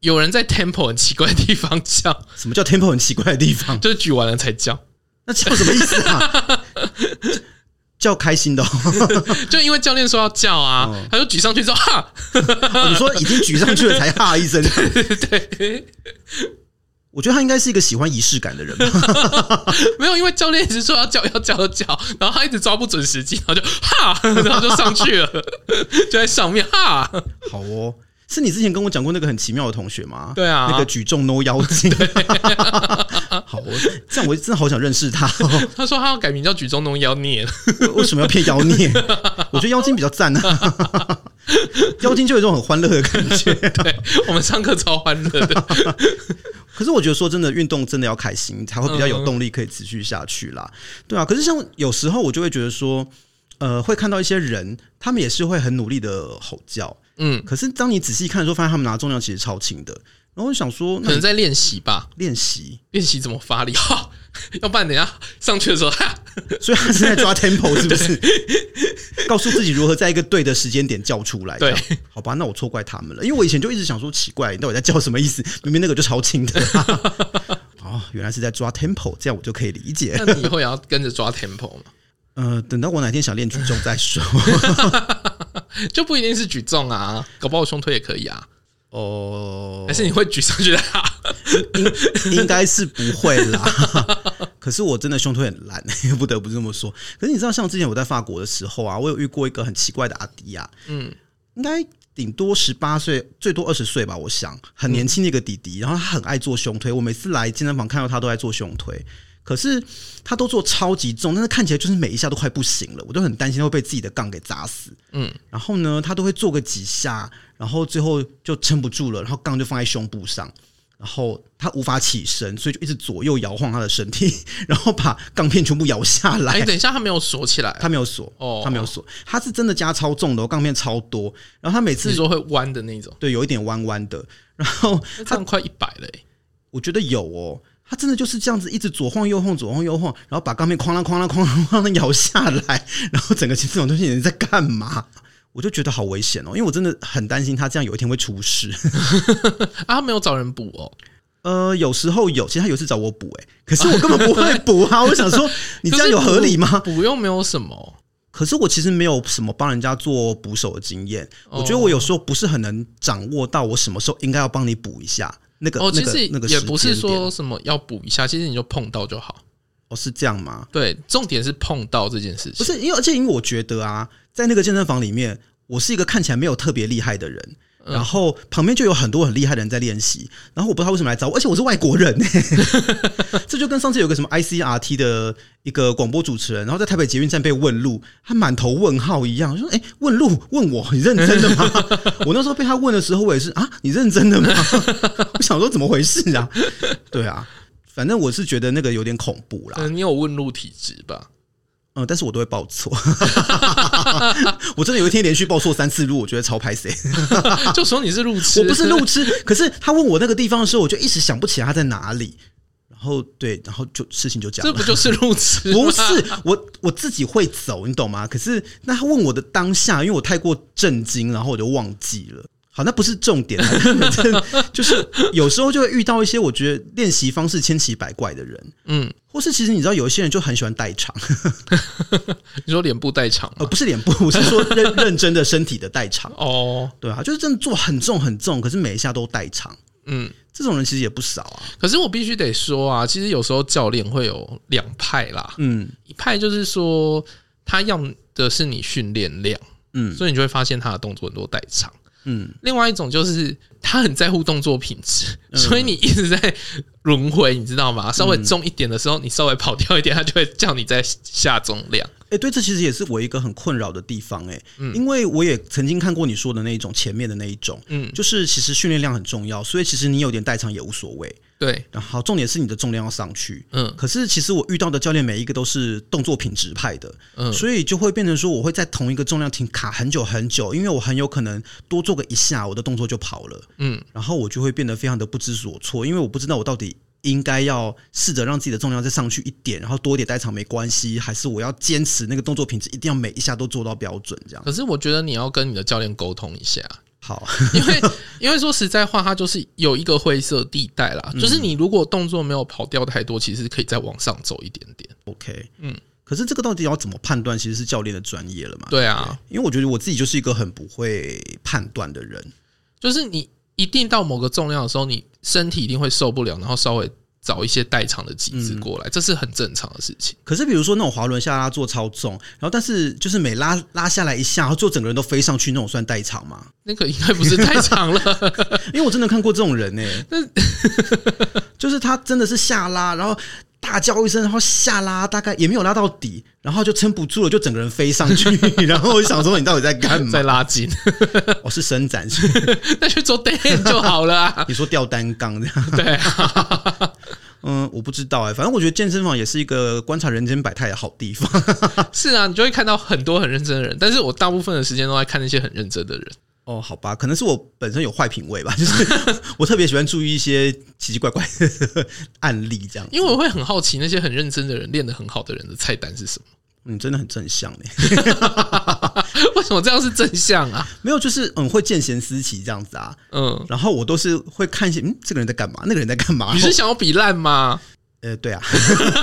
[SPEAKER 3] 有人在 tempo 很奇怪的地方叫， (laughs)
[SPEAKER 4] 什么叫 tempo 很奇怪的地方？
[SPEAKER 3] 就是举完了才叫，
[SPEAKER 4] 那叫什么意思啊？叫开心的、哦 (laughs)
[SPEAKER 3] 就因为教练说要叫啊，
[SPEAKER 4] 哦
[SPEAKER 3] 他就举上去之后哈， (laughs)
[SPEAKER 4] 哦你说已经举上去了才哈一声。 (laughs)
[SPEAKER 3] 对，
[SPEAKER 4] 我觉得他应该是一个喜欢仪式感的人吧。
[SPEAKER 3] 没有，因为教练一直说要叫要叫要叫，然后他一直抓不准时机，然后就哈， (laughs) 然后就上去了， (laughs) 就在上面哈，
[SPEAKER 4] 好哦，是你之前跟我讲过那个很奇妙的同学吗？
[SPEAKER 3] 对啊
[SPEAKER 4] 那个举重 no 妖精。 (laughs) 好哦，这样我真的好想认识他、哦。
[SPEAKER 3] 他说他要改名叫举重弄妖孽，
[SPEAKER 4] 为什么要骗妖孽？我觉得妖精比较赞啊。 (laughs) 妖精就有一种很欢乐的感
[SPEAKER 3] (laughs)
[SPEAKER 4] 觉。
[SPEAKER 3] 对我们上课超欢乐的，
[SPEAKER 4] 可是我觉得说真的，运动真的要开心，才会比较有动力可以持续下去啦。对啊，可是像有时候我就会觉得说，呃，会看到一些人，他们也是会很努力的吼叫，
[SPEAKER 3] 嗯，
[SPEAKER 4] 可是当你仔细看的时候，发现他们拿重量其实超轻的。然后我就想说，
[SPEAKER 3] 可
[SPEAKER 4] 那
[SPEAKER 3] 能
[SPEAKER 4] 你
[SPEAKER 3] 在练习吧，
[SPEAKER 4] 练习，
[SPEAKER 3] 练习怎么发
[SPEAKER 4] (laughs)
[SPEAKER 3] 力，哈，要不然等一下上去的时候哈，
[SPEAKER 4] 所以他是在抓 tempo 是不 (laughs) 是？告诉自己如何在一个对的时间点叫出来。
[SPEAKER 3] 对
[SPEAKER 4] 这样，好吧，那我错怪他们了，因为我以前就一直想说，奇怪，到底在叫什么意思？ (laughs) 明明那个就超轻的、 (laughs) 哦，原来是在抓 tempo，这样我就可以理解。 (laughs)
[SPEAKER 3] 那你以后也要跟着抓 tempo 嘛，
[SPEAKER 4] 呃，等到我哪天想练举重再说。
[SPEAKER 3] 就不一定是举重啊，搞不好胸推也可以啊，
[SPEAKER 4] (laughs) 哦
[SPEAKER 3] 还，是你会举上去的哈。
[SPEAKER 4] (laughs) 应应该是不会啦。 (laughs) 可是我真的胸推很烂， (laughs) 不得不这么说。可是你知道，像之前我在法国的时候啊，我有遇过一个很奇怪的阿迪啊，
[SPEAKER 3] 嗯，
[SPEAKER 4] 应该顶多十八岁，最多二十岁吧，我想很年轻的一个弟弟。然后他很爱做胸推，我每次来健身房看到他都在做胸推。可是他都做超级重，但是看起来就是每一下都快不行了，我都很担心他会被自己的杠给砸死。
[SPEAKER 3] 嗯，
[SPEAKER 4] 然后呢，他都会做个几下，然后最后就撑不住了，然后杠就放在胸部上，然后他无法起身，所以就一直左右摇晃他的身体， (laughs) 然后把杠片全部摇下 (laughs) 来。
[SPEAKER 3] 哎、等一下，他没有锁起来，
[SPEAKER 4] 他没有锁，
[SPEAKER 3] 哦
[SPEAKER 4] 他没有锁，他是真的加超重的哦，杠片超多。然后他每
[SPEAKER 3] 是
[SPEAKER 4] 次
[SPEAKER 3] 说会弯的那种，
[SPEAKER 4] 对有一点弯弯的，然后
[SPEAKER 3] 那这样快一百了、欸，
[SPEAKER 4] 我觉得有哦，他真的就是这样子一直左晃右晃，左晃右晃，然后把钢片哐啷哐啷哐啷哐啷 (laughs) 摇下来，然后整个这种东西你在干嘛？我就觉得好危险哦，因为我真的很担心他这样有一天会出事。
[SPEAKER 3] 啊，他没有找人补哦，
[SPEAKER 4] 呃，有时候有，其实他有一次找我补，哎，可是我根本不会补啊！我
[SPEAKER 3] (laughs)
[SPEAKER 4] 想说，你这样有合理吗？
[SPEAKER 3] 补又没有什么，
[SPEAKER 4] 可是我其实没有什么帮人家做补手的经验，
[SPEAKER 3] 哦
[SPEAKER 4] 我觉得我有时候不是很能掌握到我什么时候应该要帮你补一下那个
[SPEAKER 3] 哦，
[SPEAKER 4] 那
[SPEAKER 3] 其
[SPEAKER 4] 个
[SPEAKER 3] 实
[SPEAKER 4] 那个
[SPEAKER 3] 也不是
[SPEAKER 4] 时间点
[SPEAKER 3] 说什么要补一下，其实你就碰到就好。
[SPEAKER 4] 哦是这样吗？
[SPEAKER 3] 对，重点是碰到这件事情。
[SPEAKER 4] 不是，因为而且因为我觉得啊，在那个健身房里面，我是一个看起来没有特别厉害的人，
[SPEAKER 3] 嗯
[SPEAKER 4] 然后旁边就有很多很厉害的人在练习，然后我不知道他为什么来找我，而且我是外国人、 (laughs) 这就跟上次有个什么 ICRT 的一个广播主持人，然后在台北捷运站被问路，他满头问号一样，我说：“哎、问路问我，你认真的吗？” (laughs) 我那时候被他问的时候，我也是啊，你认真的吗？ (laughs) 我想说怎么回事啊？ (laughs) 对啊，反正我是觉得那个有点恐怖啦。
[SPEAKER 3] 嗯，你有问路体质吧？
[SPEAKER 4] 嗯，但是我都会报
[SPEAKER 3] (laughs)
[SPEAKER 4] 错， (laughs) 我真的有一天连续报错三次路，我觉得超拍谁。
[SPEAKER 3] 就说你是路痴，
[SPEAKER 4] 啊我不是路痴，可是他问我那个地方的时候，我就一时想不起来他在哪里。然后对，然后就事情就这样
[SPEAKER 3] (laughs) 这
[SPEAKER 4] 了。
[SPEAKER 3] 不就是路痴吗？
[SPEAKER 4] 啊不是我我自己会走，你懂吗？可是那他问我的当下，因为我太过震惊，然后我就忘记了。好，那不是重点啊，反正就是有时候就会遇到一些我觉得练习方式千奇百怪的人，
[SPEAKER 3] 嗯，
[SPEAKER 4] 或是其实你知道有一些人就很喜欢代偿，
[SPEAKER 3] 你说脸部代偿
[SPEAKER 4] 呃，
[SPEAKER 3] 吗？
[SPEAKER 4] 不是脸部，是说认 (laughs) 认真的身体的代偿，
[SPEAKER 3] 哦，
[SPEAKER 4] 对啊，就是真的做很重很重，可是每一下都代偿，
[SPEAKER 3] 嗯，
[SPEAKER 4] 这种人其实也不少啊，
[SPEAKER 3] 可是我必须得说啊，其实有时候教练会有两派啦，
[SPEAKER 4] 嗯
[SPEAKER 3] 一派就是说他要的是你训练量，
[SPEAKER 4] 嗯
[SPEAKER 3] 所以你就会发现他的动作很多代偿；
[SPEAKER 4] 嗯，
[SPEAKER 3] 另外一种就是他很在乎动作品质，所以你一直在轮回，你知道吗？稍微重一点的时候，你稍微跑掉一点，他就会叫你再下重量。
[SPEAKER 4] 哎、对，这其实也是我一个很困扰的地方、诶，哎、因为我也曾经看过你说的那一种前面的那一种，
[SPEAKER 3] 嗯
[SPEAKER 4] 就是其实训练量很重要，所以其实你有点代偿也无所谓。
[SPEAKER 3] 对，
[SPEAKER 4] 然后重点是你的重量要上去，
[SPEAKER 3] 嗯
[SPEAKER 4] 可是其实我遇到的教练每一个都是动作品质派的，
[SPEAKER 3] 嗯
[SPEAKER 4] 所以就会变成说我会在同一个重量停卡很久很久，因为我很有可能多做个一下，我的动作就跑了，
[SPEAKER 3] 嗯
[SPEAKER 4] 然后我就会变得非常的不知所措，因为我不知道我到底应该要试着让自己的重量再上去一点，然后多一点代偿没关系，还是我要坚持那个动作品质一定要每一下都做到标准这样。
[SPEAKER 3] 可是我觉得你要跟你的教练沟通一下， (laughs)
[SPEAKER 4] 好，
[SPEAKER 3] 因为因为说实在话，它就是有一个灰色地带
[SPEAKER 4] 嗯
[SPEAKER 3] 啦，就是你如果动作没有跑掉太多，其实可以再往上走一点点。
[SPEAKER 4] OK，
[SPEAKER 3] 嗯
[SPEAKER 4] 嗯，可是这个到底要怎么判断，其实是教练的专业了嘛？
[SPEAKER 3] 对啊，
[SPEAKER 4] 因为我觉得我自己就是一个很不会判断的人，
[SPEAKER 3] 就是你一定到某个重量的时候，你身体一定会受不了，然后稍微找一些代偿的机
[SPEAKER 4] 嗯
[SPEAKER 3] 制过来，这是很正常的事情。
[SPEAKER 4] 可是比如说那种滑轮下拉做超重，然后但是就是每拉拉下来一下，然后就整个人都飞上去那种算代偿吗？
[SPEAKER 3] 那个应该不是代偿了，
[SPEAKER 4] 因为我真的看过这种人呢、就是他真的是下拉，然后大叫一声，然后下拉，大概也没有拉到底，然后就撑不住了，就整个人飞上去。 (laughs) 然后我就想说，你到底在 (laughs) 干
[SPEAKER 3] (laughs)
[SPEAKER 4] 嘛
[SPEAKER 3] 在？拉筋，
[SPEAKER 4] 我、是伸展，是
[SPEAKER 3] 那去做 d a n 就好了、
[SPEAKER 4] (laughs)
[SPEAKER 3] 啊。
[SPEAKER 4] 你说吊单杠这样？
[SPEAKER 3] 对啊，
[SPEAKER 4] 嗯，我不知道哎、反正我觉得健身房也是一个观察人间百态的好地方。
[SPEAKER 3] 是啊，你就会看到很多很认真的人，但是我大部分的时间都在看那些很认真的人。
[SPEAKER 4] 哦，好吧，可能是我本身有坏品味吧，就是 (laughs) 我特别喜欢注意一些奇奇怪怪的 (laughs) 案例这样。
[SPEAKER 3] 因为我会很好奇那些很认真的人练得很好的人的菜单是什么？
[SPEAKER 4] 嗯，真的很正向哎、
[SPEAKER 3] (laughs) 为什么这样是真相啊？
[SPEAKER 4] 没有就是嗯会见贤思齐这样子啊。
[SPEAKER 3] 嗯，
[SPEAKER 4] 然后我都是会看一些，嗯，这个人在干嘛？那个人在干嘛？哦
[SPEAKER 3] 你
[SPEAKER 4] 然
[SPEAKER 3] 是
[SPEAKER 4] 后
[SPEAKER 3] 想要比烂吗？
[SPEAKER 4] 呃，对啊， (laughs)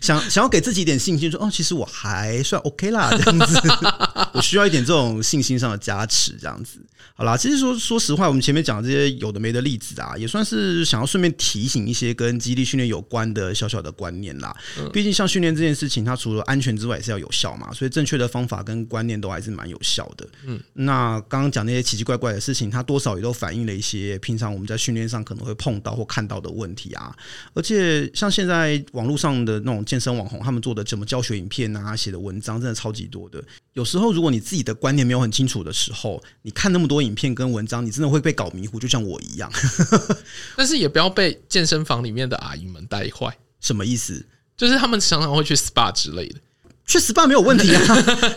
[SPEAKER 4] 想想要给自己一点信心，说哦，其实我还算 OK 啦，这样子， (laughs) 我需要一点这种信心上的加持，这样子。好啦，其实说说实话，我们前面讲的这些有的没的例子啊，也算是想要顺便提醒一些跟激励训练有关的小小的观念啦。毕竟像训练这件事情，它除了安全之外，也是要有效嘛，所以正确的方法跟观念都还是蛮有效的。嗯，那刚刚讲那些奇奇怪怪的事情，它多少也都反映了一些平常我们在训练上可能会碰到或看到的问题啊。而且像现在网络上的那种健身网红，他们做的什么教学影片啊，写的文章，真的超级多的。有时候如果你自己的观念没有很清楚的时候，你看那么多影片跟文章，你真的会被搞迷糊，就像我一样。 (laughs)
[SPEAKER 3] 但是也不要被健身房里面的阿姨们带坏，
[SPEAKER 4] 什么意思？
[SPEAKER 3] 就是他们常常会去 SPA 之类的，
[SPEAKER 4] 去 SPA 没有问题啊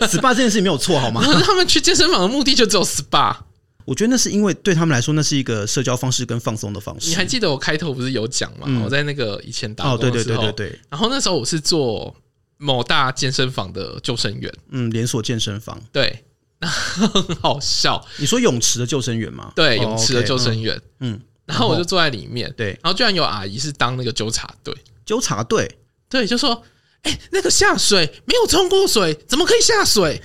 [SPEAKER 4] ，SPA 这件事情没有错好吗？
[SPEAKER 3] 可是他们去健身房的目的就只有 SPA。
[SPEAKER 4] 我觉得那是因为对他们来说，那是一个社交方式跟放松的方式。
[SPEAKER 3] 你还记得我开头不是有讲吗？
[SPEAKER 4] 嗯
[SPEAKER 3] 我在那个以前打
[SPEAKER 4] 哦，对
[SPEAKER 3] 工的
[SPEAKER 4] 对
[SPEAKER 3] 时
[SPEAKER 4] 对
[SPEAKER 3] 候，
[SPEAKER 4] 对对，
[SPEAKER 3] 然后那时候我是做某大健身房的救生员，
[SPEAKER 4] 嗯，连锁健身房，
[SPEAKER 3] 对，那很好笑，
[SPEAKER 4] 你说泳池的救生员吗？
[SPEAKER 3] 对，
[SPEAKER 4] 哦
[SPEAKER 3] 泳池的
[SPEAKER 4] OK，
[SPEAKER 3] 救
[SPEAKER 4] 嗯
[SPEAKER 3] 生员，
[SPEAKER 4] 嗯，
[SPEAKER 3] 然后我就坐在里面，
[SPEAKER 4] 对
[SPEAKER 3] 然后居然有阿姨是当那个纠察队，
[SPEAKER 4] 纠察队，
[SPEAKER 3] 对，就说。哎、那个下水没有冲过水，怎么可以下水？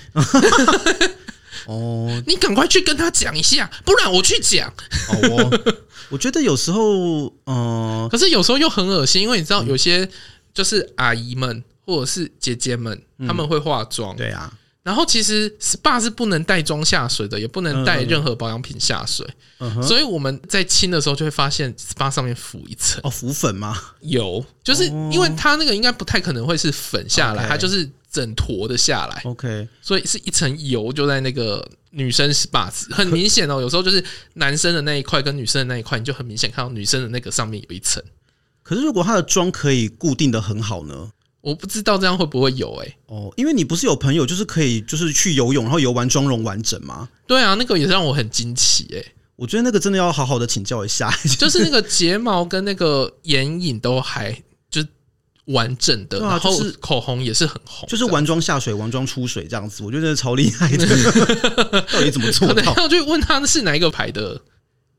[SPEAKER 3] (laughs)
[SPEAKER 4] 哦，
[SPEAKER 3] 你赶快去跟他讲一下，不然我去讲。
[SPEAKER 4] 好哦，我觉得有时候，嗯、
[SPEAKER 3] 可是有时候又很恶心，因为你知道有些就是阿姨们或者是姐姐们，她们会化妆，
[SPEAKER 4] 嗯对啊，
[SPEAKER 3] 然后其实 SPA 是不能带妆下水的，也不能带
[SPEAKER 4] 嗯嗯嗯
[SPEAKER 3] 任何保养品下水，
[SPEAKER 4] 嗯哼，
[SPEAKER 3] 所以我们在清的时候就会发现 SPA 上面浮一层
[SPEAKER 4] 哦，浮粉吗？
[SPEAKER 3] 油，就是因为它那个应该不太可能会是粉下来，
[SPEAKER 4] 哦 OK
[SPEAKER 3] 它就是整坨的下来，
[SPEAKER 4] OK，
[SPEAKER 3] 所以是一层油就在那个女生 SPA，很明显哦。有时候就是男生的那一块跟女生的那一块，你就很明显看到女生的那个上面有一层。
[SPEAKER 4] 可是如果它的妆可以固定的很好呢？
[SPEAKER 3] 我不知道这样会不会有诶、欸
[SPEAKER 4] 哦，因为你不是有朋友就是可以就是去游泳，然后游完妆容完整吗？
[SPEAKER 3] 对啊，那个也让我很惊奇诶、欸
[SPEAKER 4] 我觉得那个真的要好好的请教一下。 (laughs)
[SPEAKER 3] 就是那个睫毛跟那个眼影都还就是完整的，
[SPEAKER 4] 对啊
[SPEAKER 3] 然后
[SPEAKER 4] 就是
[SPEAKER 3] 口红也是很红，
[SPEAKER 4] 就是
[SPEAKER 3] 完。
[SPEAKER 4] 玩妆下水，玩妆出水这样子，我觉得真的超厉害的。 (laughs) 到底怎么做
[SPEAKER 3] 可能
[SPEAKER 4] 到？
[SPEAKER 3] 要去问他是哪一个牌的。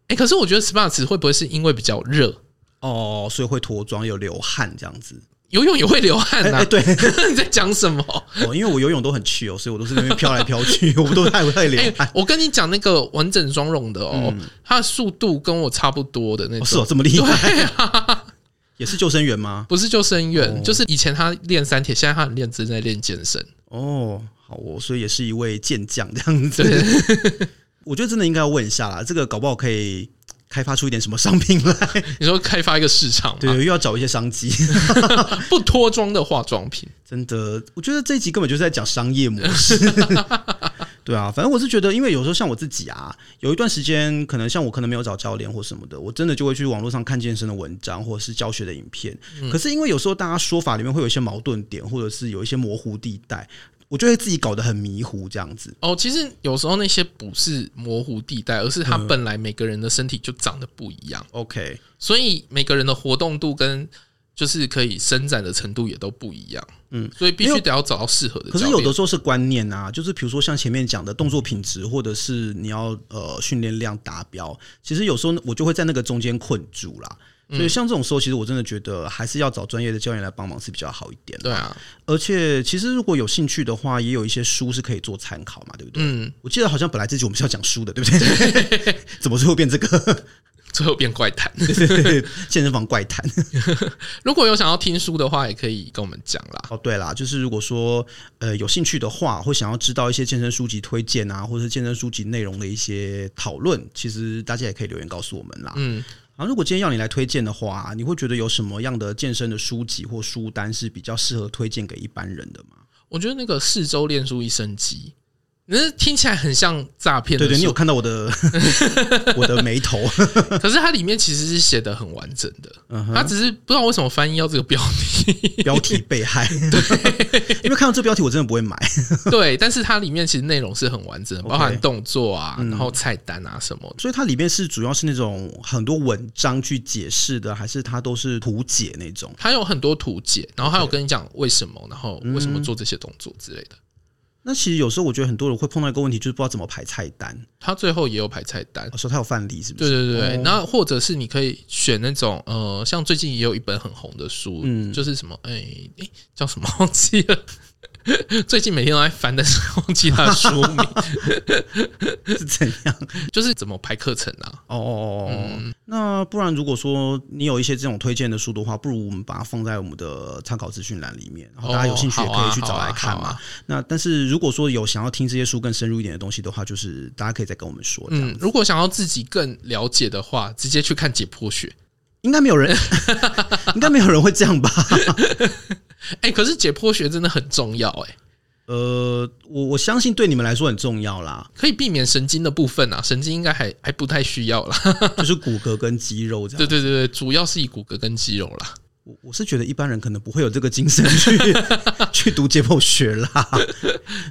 [SPEAKER 3] 哎、可是我觉得 SPA 池会不会是因为比较热，
[SPEAKER 4] 哦，所以会脱妆，有流汗这样子。
[SPEAKER 3] 游泳也会流汗
[SPEAKER 4] 哎、
[SPEAKER 3] 呐、
[SPEAKER 4] 哎对，
[SPEAKER 3] 你在讲什么？
[SPEAKER 4] 哦，因为我游泳都很去哦，所以我都是那边飘来飘去，我都太不
[SPEAKER 3] 哎、
[SPEAKER 4] 太流汗。
[SPEAKER 3] 我跟你讲那个完整妆容的哦，它的速度跟我差不多的那
[SPEAKER 4] 嗯哦，是哦
[SPEAKER 3] 种，，
[SPEAKER 4] 这么厉害，啊也是救生员吗？
[SPEAKER 3] 不是救生员，
[SPEAKER 4] 哦
[SPEAKER 3] 就是以前他练三铁，现在他很练正在练健
[SPEAKER 4] (laughs)
[SPEAKER 3] 身。
[SPEAKER 4] 哦，好哦，所以也是一位健将这样子。我觉得真的应该要问一下啦，这个搞不好可以开发出一点什么商品来。
[SPEAKER 3] (laughs) 你说开发一个市场
[SPEAKER 4] (laughs) 对，
[SPEAKER 3] 嘛？
[SPEAKER 4] 又要找一些商机。
[SPEAKER 3] 不脱妆的化妆品，
[SPEAKER 4] 真的，我觉得这一集根本就是在讲商业模式。对啊，反正我是觉得，因为有时候像我自己啊，有一段时间可能像我可能没有找教练或什么的，我真的就会去网络上看健身的文章或者是教学的影片。可是因为有时候大家说法里面会有一些矛盾点，或者是有一些模糊地带，我就会自己搞得很迷糊这样子。
[SPEAKER 3] 哦，其实有时候那些不是模糊地带，而是
[SPEAKER 4] 嗯
[SPEAKER 3] 他本来每个人的身体就长得不一样。
[SPEAKER 4] OK，
[SPEAKER 3] 所以每个人的活动度跟就是可以伸展的程度也都不一样，嗯
[SPEAKER 4] 嗯，
[SPEAKER 3] 所以必须得要找到适合的教
[SPEAKER 4] 可
[SPEAKER 3] 练。
[SPEAKER 4] 是有的时候是观念啊，就是比如说像前面讲的动作品质，或者是你要呃训练量达标，其实有时候我就会在那个中间困住啦。所
[SPEAKER 3] 嗯
[SPEAKER 4] 以像这种时候，其实我真的觉得还是要找专业的教练来帮忙是比较好一点。
[SPEAKER 3] 对，啊，
[SPEAKER 4] 而且其实如果有兴趣的话，也有一些书是可以做参考嘛，对不对？
[SPEAKER 3] 嗯，
[SPEAKER 4] 我记得好像本来这集我们是要讲书的，对不对？ (laughs) 怎么最后变这个 (laughs)
[SPEAKER 3] 最后变怪谈。
[SPEAKER 4] 健身房怪谈？
[SPEAKER 3] 如果有想要听书的话，也可以跟我们讲啦。
[SPEAKER 4] 哦，对啦，就是如果说呃有兴趣的话，或想要知道一些健身书籍推荐啊，或者是健身书籍内容的一些讨论，其实大家也可以留言告诉我们啦。
[SPEAKER 3] 嗯，
[SPEAKER 4] 然后如果今天要你来推荐的话，你会觉得有什么样的健身的书籍或书单是比较适合推荐给一般人的吗？
[SPEAKER 3] 我觉得那个四周练出一身肌，那听起来很像诈骗的
[SPEAKER 4] 对
[SPEAKER 3] 书，
[SPEAKER 4] 对，你有看到我的 (laughs) 我的眉头？
[SPEAKER 3] 可是它里面其实是写的很完整的，
[SPEAKER 4] 嗯
[SPEAKER 3] 它
[SPEAKER 4] 哼，
[SPEAKER 3] 只是不知道为什么翻译要这个标
[SPEAKER 4] (laughs)
[SPEAKER 3] 题。
[SPEAKER 4] 标题被害， (laughs) 因为看到这标题我真的不会买。
[SPEAKER 3] 对，但是它里面其实内容是很完整的，包含
[SPEAKER 4] OK 嗯
[SPEAKER 3] 动作啊，然后菜单啊什么的。
[SPEAKER 4] 所以它里面是主要是那种很多文章去解释的，还是它都是图解那种？
[SPEAKER 3] 他有很多图解，然后还有跟你讲为什么，然后
[SPEAKER 4] 嗯
[SPEAKER 3] 为什么做这些动作之类的。
[SPEAKER 4] 那其实有时候我觉得很多人会碰到一个问题，就是不知道怎么排菜单。
[SPEAKER 3] 他最后也有排菜单
[SPEAKER 4] 哦，，说他有范例是不
[SPEAKER 3] 呃对
[SPEAKER 4] 是？
[SPEAKER 3] 对对。
[SPEAKER 4] 哦
[SPEAKER 3] 然后或者是你可以选那种呃，像最近也有一本很红的书，
[SPEAKER 4] 嗯
[SPEAKER 3] 就是什么哎哎、叫什么忘记了。 (laughs) 最近每天都在翻，但是忘记他的书名，
[SPEAKER 4] (laughs) 是怎样？
[SPEAKER 3] 就是怎么排课程啊？
[SPEAKER 4] 哦哦哦哦。那不然如果说你有一些这种推荐的书的话，不如我们把它放在我们的参考资讯栏里面，然后大家有兴趣也可以去找来看
[SPEAKER 3] 哦哦好啊好
[SPEAKER 4] 嘛
[SPEAKER 3] 啊。
[SPEAKER 4] 那但是如果说有想要听这些书更深入一点的东西的话，就是大家可以再跟我们说。这样
[SPEAKER 3] 嗯，如果想要自己更了解的话，直接去看解剖学。
[SPEAKER 4] 应该没
[SPEAKER 3] (laughs)
[SPEAKER 4] 有人，应该没有人会这样吧？ (laughs)
[SPEAKER 3] 哎、可是解剖学真的很重要、哎，
[SPEAKER 4] 呃，我我相信对你们来说很重要啦，
[SPEAKER 3] 可以避免神经的部分啊，神经应该还还不太需要啦。 (laughs)
[SPEAKER 4] 就是骨骼跟肌肉这样
[SPEAKER 3] 对。对对对，主要是以骨骼跟肌肉啦。
[SPEAKER 4] 我我是觉得一般人可能不会有这个精神
[SPEAKER 3] (laughs)
[SPEAKER 4] 去去读解剖学啦。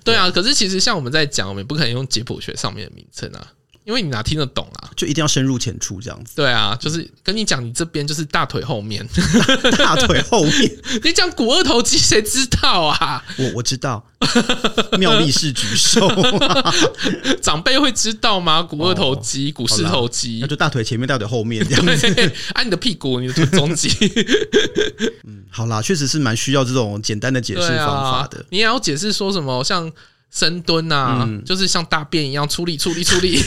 [SPEAKER 3] 对啊，可是其实像我们在讲，我们也不可能用解剖学上面的名称啊，因为你哪听得懂啊？
[SPEAKER 4] 就一定要深入浅出这样子。
[SPEAKER 3] 对啊，就是跟你讲，你这边就是大腿后面， (laughs)
[SPEAKER 4] 大腿后面，
[SPEAKER 3] 你讲股二头肌，谁知道啊？
[SPEAKER 4] 我我知道，妙力士举手，啊
[SPEAKER 3] 长辈会知道吗？股二头
[SPEAKER 4] 哦
[SPEAKER 3] 肌、股四头肌
[SPEAKER 4] 那，就大腿前面，大腿后面这样子。
[SPEAKER 3] 对， (laughs) 啊，你的屁股、你的臀中
[SPEAKER 4] (laughs)
[SPEAKER 3] 肌，
[SPEAKER 4] 好啦，确实是蛮需要这种简单的解释
[SPEAKER 3] 对
[SPEAKER 4] 方
[SPEAKER 3] 啊
[SPEAKER 4] 法的，。
[SPEAKER 3] 你也要解释说什么像。深蹲啊，
[SPEAKER 4] 嗯
[SPEAKER 3] 就是像大便一样出力、出力、出 (laughs) 力，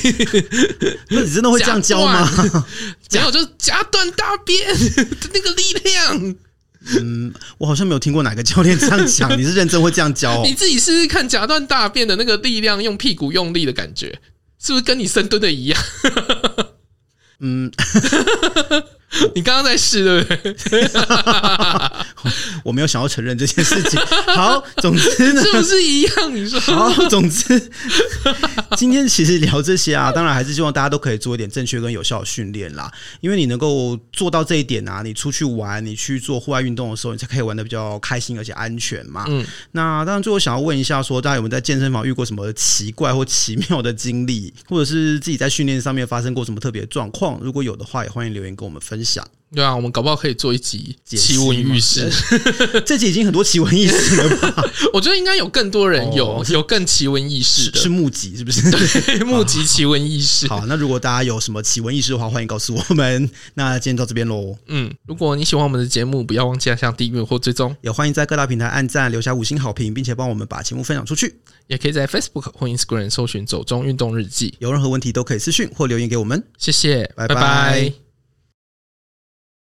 [SPEAKER 4] 那你真的会这样教吗？
[SPEAKER 3] (laughs) 没有就是夹断大便的那个力量。
[SPEAKER 4] 嗯， (laughs) 我好像没有听过哪个教练这样讲，你是认真会这样教哦
[SPEAKER 3] 你？自己试试看，夹断大便的那个力量，用屁股用力的感觉，是不是跟你深蹲的一样？
[SPEAKER 4] (laughs) 嗯，
[SPEAKER 3] (laughs) 你刚刚在试，对不对？
[SPEAKER 4] (laughs) 我没有想要承认这件事情。好，总之呢，
[SPEAKER 3] 是不是一样？你说 (laughs)
[SPEAKER 4] 好，总之，今天其实聊这些啊， (laughs) 当然还是希望大家都可以做一点正确跟有效的训练啦。因为你能够做到这一点啊，你出去玩，你去做户外运动的时候，你才可以玩的比较开心而且安全嘛。
[SPEAKER 3] 嗯
[SPEAKER 4] 那当然，最后想要问一下说大家有没有在健身房遇过什么奇怪或奇妙的经历，或者是自己在训练上面发生过什么特别的状况？如果有的话，也欢迎留言跟我们分享。
[SPEAKER 3] 对啊，我们搞不好可以做一集
[SPEAKER 4] 解析
[SPEAKER 3] 奇闻
[SPEAKER 4] 嘛
[SPEAKER 3] 异事。
[SPEAKER 4] (laughs) 这集已经很多奇闻异事了
[SPEAKER 3] (laughs)
[SPEAKER 4] 吧？
[SPEAKER 3] 我觉得应该有更多人有、
[SPEAKER 4] 哦
[SPEAKER 3] 有更奇闻异事
[SPEAKER 4] 是
[SPEAKER 3] 的，
[SPEAKER 4] 目击是不是？
[SPEAKER 3] 目击奇闻异事。
[SPEAKER 4] (laughs) 好，那如果大家有什么奇闻异事的话，欢迎告诉我们。那今天到这边喽，
[SPEAKER 3] 嗯，如果你喜欢我们的节目，不要忘记按下订阅或追踪，
[SPEAKER 4] 也欢迎在各大平台按赞、留下五星好评，并且帮我们把节目分享出去。
[SPEAKER 3] 也可以在 Facebook 或 Instagram 搜寻“走中运动日记
[SPEAKER 4] 有任何问题都可以私讯或留言给我们。”。
[SPEAKER 3] 谢谢，
[SPEAKER 4] 拜拜
[SPEAKER 3] 拜